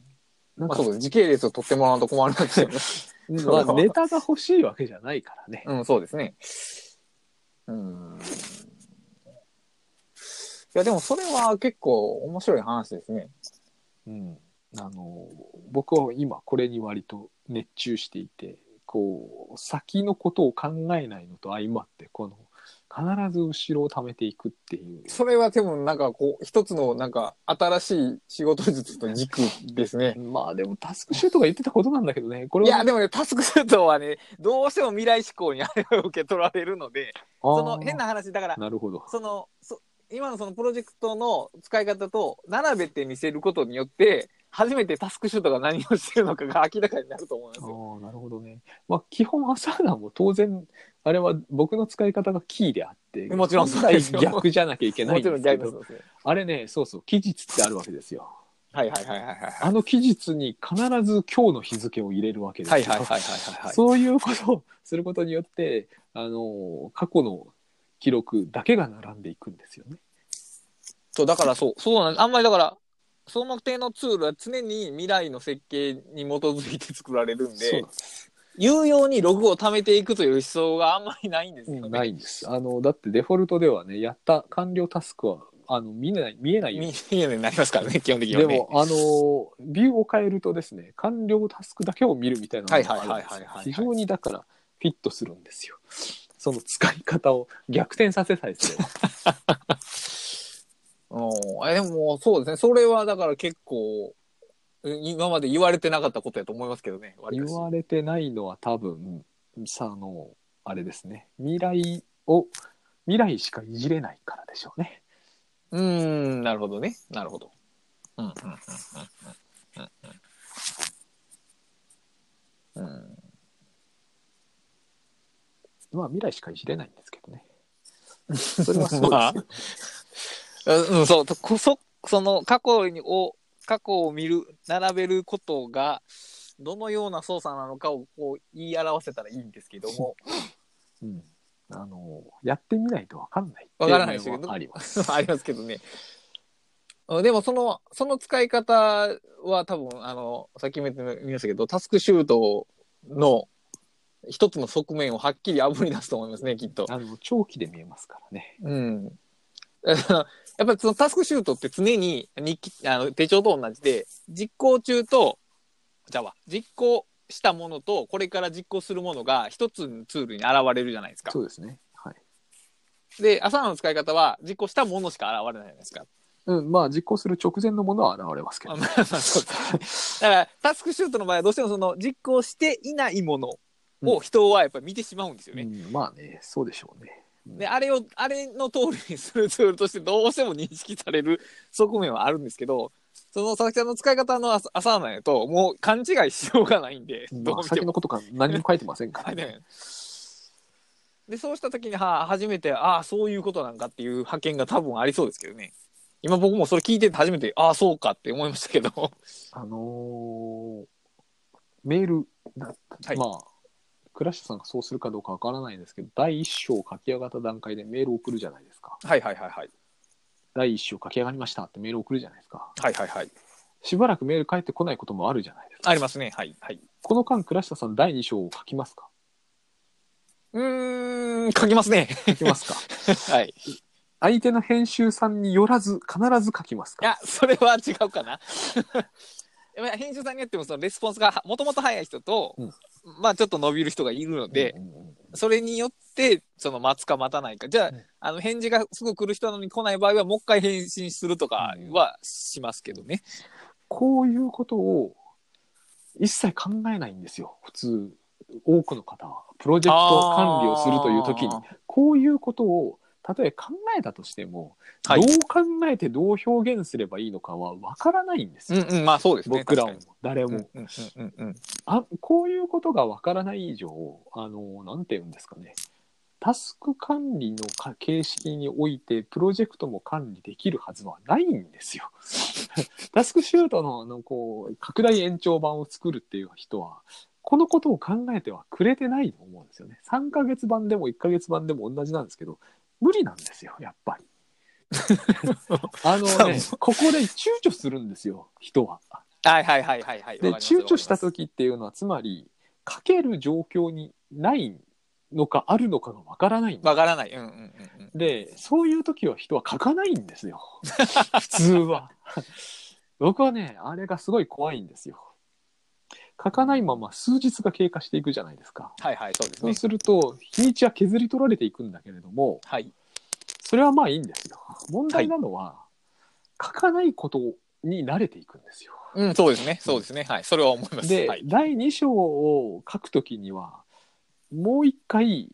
A: なん
B: まあ
A: か
B: そうです時系列を取ってもらうと困るんですよね。
A: まあネタが欲しいわけじゃないからね。
B: うん、そうですね。うん。いや、でもそれは結構面白い話ですね。
A: うん、あの僕は今これに割と熱中していてこう先のことを考えないのと相まってこの必ず後ろを貯めていくっていう
B: それはでもなんかこう、一つのなんか新しい仕事術と軸ですね。
A: まあでもタスクシュートが言ってたことなんだけどね、これ
B: い
A: は
B: や、でもね、タスクシュートはね、どうしても未来志向にあれを受け取られるので、
A: あー
B: その変な話、だから、
A: なるほど。
B: そのそ今のそのプロジェクトの使い方と並べて見せることによって初めてタスクシュートが何をしてるのかが明らかになると思うんです
A: あ
B: よ。
A: ーなるほどね。まあ基本アサーナも当然あれは僕の使い方がキーであって、
B: もちろんそうですよ
A: 本来逆じゃなきゃいけない
B: も
A: ん
B: ち
A: で
B: ろ
A: すけ
B: ん逆で
A: ど、
B: すよね。
A: あれね、そうそう期日ってあるわけですよ。
B: はいはいはいはいはい
A: あの期日に必ず今日の日付を入れるわけです
B: は
A: よ。
B: いはいはいはいはい
A: そういうことをすることによって、あの過去の記録だけが並んでいくんですよね。
B: そうだからそうそうなんですあんまりだからその手のツールは常に未来の設計に基づいて作られるん
A: そう
B: で
A: なんです、
B: 有用にログを貯めていくという思想があんまりないんですよ
A: う
B: ね。
A: んないんですあのだってデフォルトではねやった完了タスクはあの見えない見えないように
B: 見えないようになりますからね基本的には
A: で
B: ね。
A: も、あのビューを変えるとですね、完了タスクだけを見るみたいなのがあるんです
B: はいはいはい
A: よ
B: はいはい
A: 非常にだから、フィットするんですよ。その使い方を逆転させたいですよ。
B: うん、えでもそうですねそれはだから結構うん今まで言われてなかったことやと思いますけどね割
A: 言
B: とし
A: われてないのは多分、さ、あの、あれですね、未来を、未来しかいじれないからでしょうね。
B: うーんなるほどねなるほど。うんうんうんうんうんうんうんうん
A: まあ、未来しかいじれないんですけどね。それはそうですよ。
B: まあうん、そう、とこそ、その過去にを、過去を見る、並べることが、どのような操作なのかをこう言い表せたらいいんですけども、 *laughs*
A: うんあのやってみないとわかんない。
B: わからないですけど
A: あります。
B: ありますけどね。あでもその、その使い方は多分、あの、さっきも言いましたけど、タスクシュートの一つの側面をはっきり炙り出すと思いますね、きっと。
A: あの長期で見えますからね。
B: うん。やっぱりそのタスクシュートって常に日記あの手帳と同じで実行中とじゃあわ実行したものとこれから実行するものが一つのツールに現れるじゃないですか
A: そ。うですね。はい。
B: で朝の使い方は実行したものしか現れないじゃないですか。
A: うん、まあ実行する直前のものは現れますけ
B: あ
A: ど、
B: まあまあそうですだからタスクシュートの場合はどうしてもその実行していないものを人はやっぱり見てしまうんですよね。
A: うんまあねそうでしょうね。
B: であれをあれの通りにするツールとしてどうしても認識される側面はあるんですけどその佐々木ちゃんの使い方の朝朝なんやともう勘違いしようがないんでどう
A: まあ、
B: 見て
A: 先
B: も
A: の。ことから何も書いてませんか
B: *laughs* は
A: ら
B: い
A: ね。
B: ねでそうした時には初めてああそういうことなんかっていう発見が多分ありそうですけどね今僕もそれ聞いてて初めてああそうかって思いましたけど
A: あのーメールだ、
B: はい
A: まあ倉下さんがそうするかどうかわからないんですけど第一章を書き上がった段階でメールを送るじゃないですか。
B: はいはいはいはい
A: 第一章書き上がりましたってメールを送るじゃないですか。
B: はいはいはい
A: しばらくメール返ってこないこともあるじゃないですか。
B: ありますねはいはい
A: この間倉下さん第二章を書きますか
B: うーん書きますね
A: 書きますか
B: はい
A: 相手の編集さんによらず必ず書きます
B: い
A: か
B: や、それは違うかな。 *laughs* いや編集さんによってもそのレスポンスがもともと早い人と、
A: うん
B: まあちょっと伸びる人がいるので、
A: うんうんうん
B: それによってその待つか待たないかじゃあ,、
A: うん
B: あの返事がすぐ来る人なのに来ない場合はもう一回返信するとかはしますけどね。
A: こういうことを一切考えないんですよ普通多くの方はプロジェクト管理をするという時に
B: あー
A: こういうことをたとえ考えたとしても、
B: はい
A: どう考えてどう表現すればいいのかはわからないんです
B: うん
A: よ、
B: うんまあそうですね。
A: 僕らも
B: 確か
A: 誰も、
B: にうんうんうんうん
A: あこういうことがわからない以上あのなんて言うんですかねタスク管理のか形式においてプロジェクトも管理できるはずはないんですよ。 *laughs* タスクシュートのあのこう拡大延長版を作るっていう人はこのことを考えてはくれてないと思うんですよね。3ヶ月版でも1ヶ月版でも同じなんですけど無理なんですよやっぱり。あのねここで躊躇するんですよ人は。
B: はいはいはいはいはい。
A: で
B: わかり
A: 躊
B: ます
A: 躇した時っていうのはつまり書ける状況にないのかあるのかがわからないんだ
B: わからない。うんうんうんうん。
A: でそういう時は人は書かないんです
B: *laughs*
A: よ普通は僕はねあれがすごい怖いんですよ書かないまま数日が経過していくじゃないですか
B: はいはいそうです
A: そう
B: ね。
A: すると日にちは削り取られていくんだけれども
B: はい。
A: それはまあいいんですよ問題なのは、書かないことに慣れていくんですよ
B: うんそうですねそうですねはいそれは思います。
A: で、
B: はい、
A: 第2章を書くときにはもう一回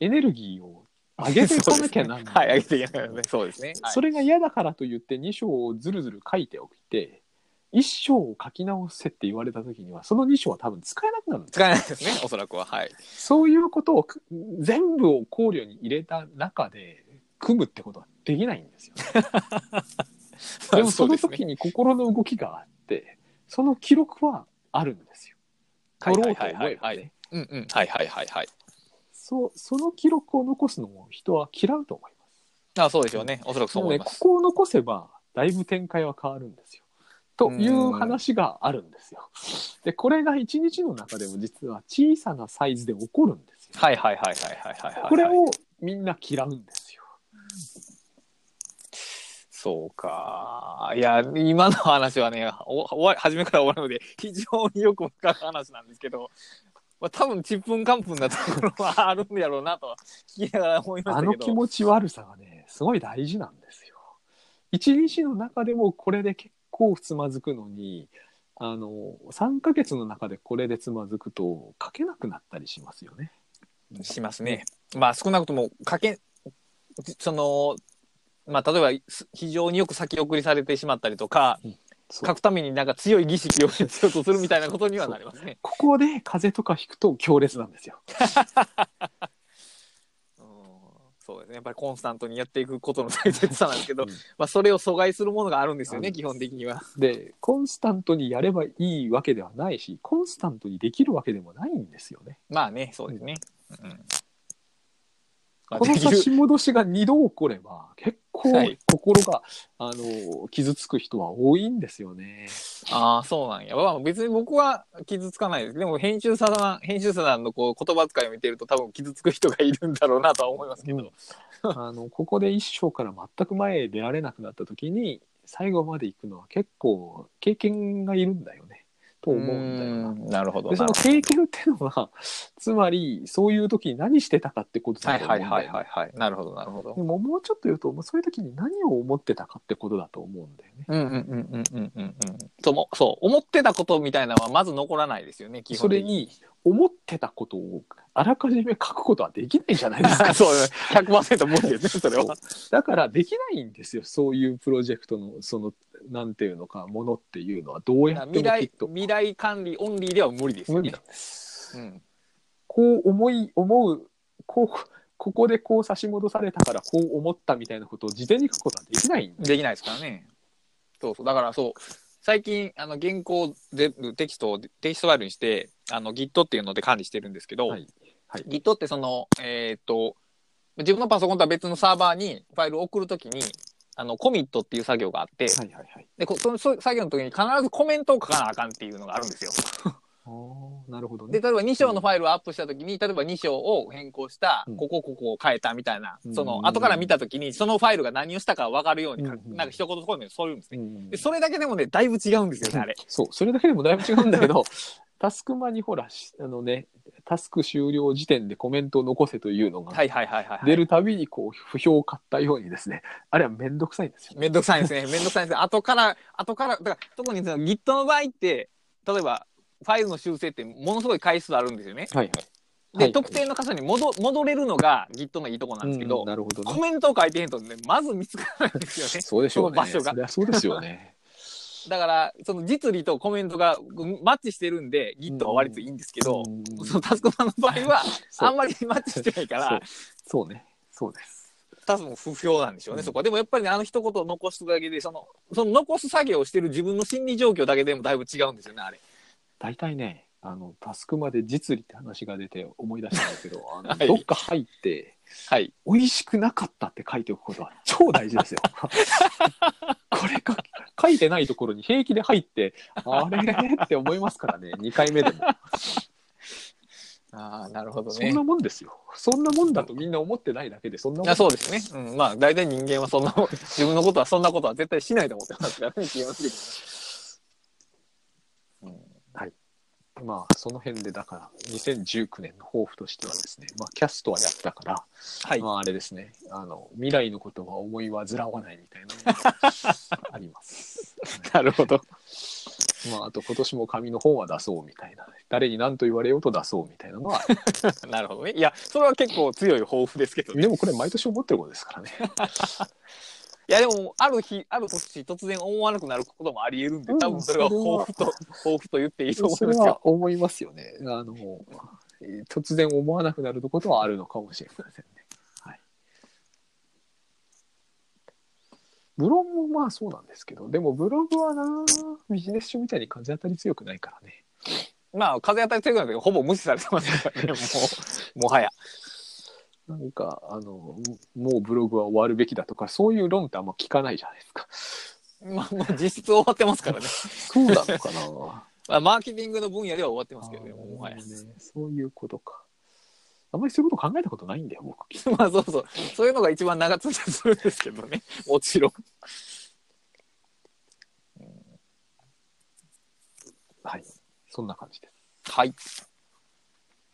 A: エネルギーを上げていかなきゃなん
B: はい、
A: ない
B: 上げていかないね。そうですね。
A: それが嫌だからと言って2章をずるずる書いておいて1章を書き直せって言われたときにはその2章は多分使えなくなるんです
B: 使えないですね、おそらくは。はい。
A: そういうことを全部を考慮に入れた中で組むってことはできないん
B: *laughs*
A: ですよねでもその時
B: に、
A: に心の動きがあってその記録はあるんですよ取ろうと思えばね、
B: はいはいはいはいうんうん、はいはいはいはい。
A: そうその記録を残すのも人は嫌うと思います。
B: あそうでしょうね。おそらくそう思い
A: でも
B: ま
A: ねこ
B: す。
A: こを残せばだいぶ展開は変わるんですよ。という話があるんですよ。でこれが一日の中でも実は小さなサイズで起こるんですよ。
B: はいはいはいはいはいはいはい。
A: これをみんな嫌うんですよ。
B: そうか。いや、今の話はね、お終わり初めから終わるので、非常によくわかる話なんですけど、まあ、多分ちっぷんかんぷんなところはあるんやろうなとは聞きながら思いまし
A: あ
B: た
A: の
B: け
A: 気
B: ど。
A: 持ち悪さがねすごい大事なんですよ。一日の中でもこれで結構つまずくのにあの3ヶ月の中でこれでつまずくと書けなくなったりしますよね。
B: しますね。まあ少なくとも、かけ、その、まあ例えばす非常によく先送りされてしまったりとか、
A: そう
B: 書くためになんか強い儀式を必要とするみたいなことにはなりますね。
A: ここで風邪とかひくと強烈なんですよ。
B: うんそうですね。やっぱりコンスタントにやっていくことの大切さなんですけど、
A: うん
B: まあそれを阻害するものがあるんですよね、
A: あるんです
B: 基本的には。
A: でコンスタントにやればいいわけではないしコンスタントにできるわけでもないんですよね。
B: まあね、そうですね。うんまあ
A: この
B: できる
A: 差し戻しが2度起これば結構
B: はい
A: 心が、あの傷つく人は多いんですよね。
B: ああ、そうなんや。まあ別に僕は傷つかないです。でも編集者さん、編集者さんのこう言葉遣いを見てると多分傷つく人がいるんだろうなとは思いますけど。
A: あのここで一生から全く前へ出られなくなった時に最後まで行くのは結構経験がいるんだよねと思うんだよな。
B: な。なるほど
A: でそ
B: な
A: の。経験ってのはつまりそういう時に何してたかってこと
B: は
A: だと
B: い
A: 思う
B: は
A: んだよ
B: い
A: ね
B: はいはいはい。なるほどなるほ
A: で
B: ど。
A: ももうちょっと言うともうそういう時に何を思ってたかってことだと思うんだよね。
B: うんうんうんうんうんうんうん。そうもそう、思ってたことみたいなのはまず残らないですよね、基
A: そ
B: 本
A: れ
B: 的に。
A: に思ってたことをあらかじめ書くことはできないじゃないです *laughs* か。
B: *laughs* そう、100%無理ですね、それは。
A: だからできないんですよそういうプロジェクトのそのなんていうのかものっていうのはどうやっても
B: 未
A: きっ
B: 来
A: と
B: 未来管理オンリーでは無理ですよ
A: 無
B: ね
A: 理なん。です。
B: うん
A: こう思い思うこう *laughs* ここでこう差し戻されたからこう思ったみたいなことを事前に書くことはできないんで
B: できないですからね。そうそう。だからそう、最近、あの、原稿を全部テキストをテキストファイルにして、あの、Git っていうので管理してるんですけど、
A: はいはい、
B: Git ってその、えーっと、自分のパソコンとは別のサーバーにファイルを送るときに、あの、コミットっていう作業があって、
A: はいはいはい
B: で、こそのそう作業の時に必ずコメントを書かなあかんっていうのがあるんですよ。
A: あーなるほど
B: で、
A: ね。
B: 例えば2章のファイルをアップしたときに、例えば2章を変更した
A: うん、
B: ここ、ここを変えたみたいな、
A: うん
B: その、後から見たときに、そのファイルが何をしたか分かるように書く、
A: うん
B: なんか一言一言そういうんですね。
A: うん
B: で、それだけでもね、だいぶ違うんですよね、あれ。
A: そうそれだけでもだいぶ違うんだけど *laughs* タスクマにほらしあのねタスク終了時点でコメントを残せというのが
B: はいはいはいはい、
A: 出るたびにこう不評を買ったようにですねあれは面倒くさいんですよ。
B: めんどくさいですね。めんどくさいですね。後から、後から、だから、特にその Git の場合って、例えば、ファイルの修正ってものすごい回数あるんですよね。
A: はい
B: で、特定の箇所に戻戻れるのが Git のいいとこなんですけど、
A: なるほどね
B: コメントを書いてへんとね、まず見つからないんですよ
A: *laughs*
B: ね。
A: そうでしょうね。
B: その場所が
A: そりゃそうですよね。
B: だから、その実利とコメントがうんマッチしてるんで、Git は割といいんです *laughs* けど、
A: うん
B: そのタスクさんの場合は、
A: *laughs* そう
B: あんまりマッチしてないか
A: そう
B: ら、
A: そうね。そうです。
B: 多分不評なんでしょうね、
A: うん
B: そこは。でもやっぱりねあの一言を残すだけで、その、その残す作業をしてる自分の心理状況だけでもだいぶ違うんですよね、あれ。
A: 大体ね、あのタスクまで実利って話が出て思い出したんですけど、あの
B: はい
A: どっか入って
B: はい。
A: 美味しくなかったって書いておくことは超大事です *laughs* よ。これか書いてないところに平気で入ってあれって思いますからね。2回目でも、
B: ああ、なるほど
A: そ
B: ね
A: んな。もんですよ。そんなもんだとみんな思ってないだけでそんなもん
B: あそうですね。うん。まあ、大体人間はそんな、自分のことはそんなことは絶対しないと思ってますからね、基本的には。
A: まあその辺でだから2019年の抱負としてはですね、まあ、キャストはやったから、
B: はい
A: ま。ああれですねあの未来のことは思いはずらわないみたいなの *laughs* があります、
B: なるほど。
A: まああと今年も紙の本は出そうみたいな誰に何と言われようと出そうみたいなのは
B: *laughs* なるほどね。いや、それは結構強い抱負ですけどね。
A: でもこれ毎年思ってることですからね *laughs*
B: いやでもある日ある年突然思わなくなることもありえるんで
A: うん
B: 多分それは
A: それは
B: 抱負と抱負と言っていいと思
A: そ
B: うんで
A: れ
B: すよ。
A: は思いますよねあのえー突然思わなくなることはあるのかもしれませんねはいブログもまあそうなんですけどでもブログはなビジネス書みたいに風当たり強くないからね
B: まあ風当たり強くなんでほぼ無視されてますからねもう
A: *laughs*
B: もはや。
A: なんかあのもうブログは終わるべきだとかそういう論ってあんま聞かないじゃないですか。
B: *laughs* まあ、もう実質終わってますからね。
A: そうなのかな
B: まあ、マーケティングの分野では終わってますけどね、もはや *laughs*
A: あ。ーねそういうことか。あんまりそういうこと考えたことないんだよ、僕。
B: まあそうそう。そういうのが一番長続きするんですけどね。 *laughs* もちろん。
A: はい。そんな感じです。
B: はい。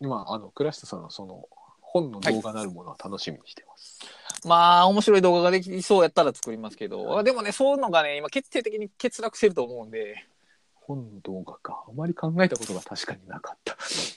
A: まあ、あの、倉下さんのその、本の動画なるものは楽しみにしてます。
B: まあ、面白い動画ができそうやったら作りますけど。あでもね、そういうのがね、今決定的に欠落してると思うんで。
A: 本の動画か。あまり考えたことが確かになかった。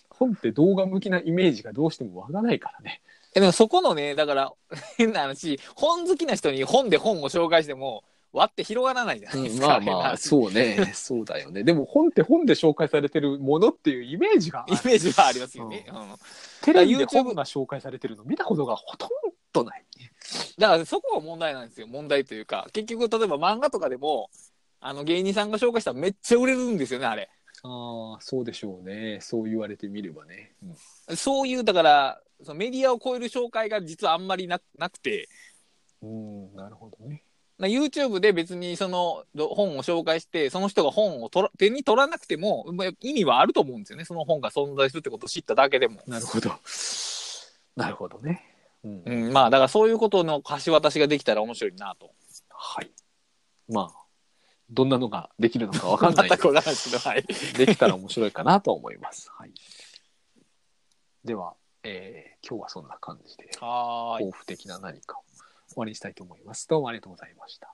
A: 本って動画向きなイメージがどうしても湧かないからね。
B: えでもそこのね、だから、 *laughs* 変な話、本好きな人に本で本を紹介しても、割って広がらないじゃな
A: *laughs*
B: いですか。変な話
A: そう *laughs* ね。そうだよね。でも本って本で紹介されてるものっていうイメージが
B: イメージはありますよね。うん
A: テレビで
B: YouTube
A: 本が紹介されてるの見たことがほとんどない。
B: だからそこが問題なんですよ。問題というか。結局、例えば漫画とかでも、あの芸人さんが紹介したらめっちゃ売れるんですよね、あれ。
A: ああ、そうでしょうね。そう言われてみればね。うん
B: そういう、だから、そのメディアを超える紹介が実はあんまりななくて、
A: うん、なるほどね。
B: な YouTube で別にそのど本を紹介して、その人が本を取ら手に取らなくても、まあ意味はあると思うんですよね。その本が存在するってことを知っただけでも。
A: なるほど。 *laughs* なるほどね。うん
B: うん、まあだからそういうことの貸し渡しができたら面白いなと。
A: はい。まあ、どんなのができるのかわかんない
B: 全くわからないですけど、はい。
A: できたら面白いかなと思います。はい、では、えー今日はそんな感じで、
B: はーい。
A: 抱負的な何かを終わりにしたいと思います。どうもありがとうございました。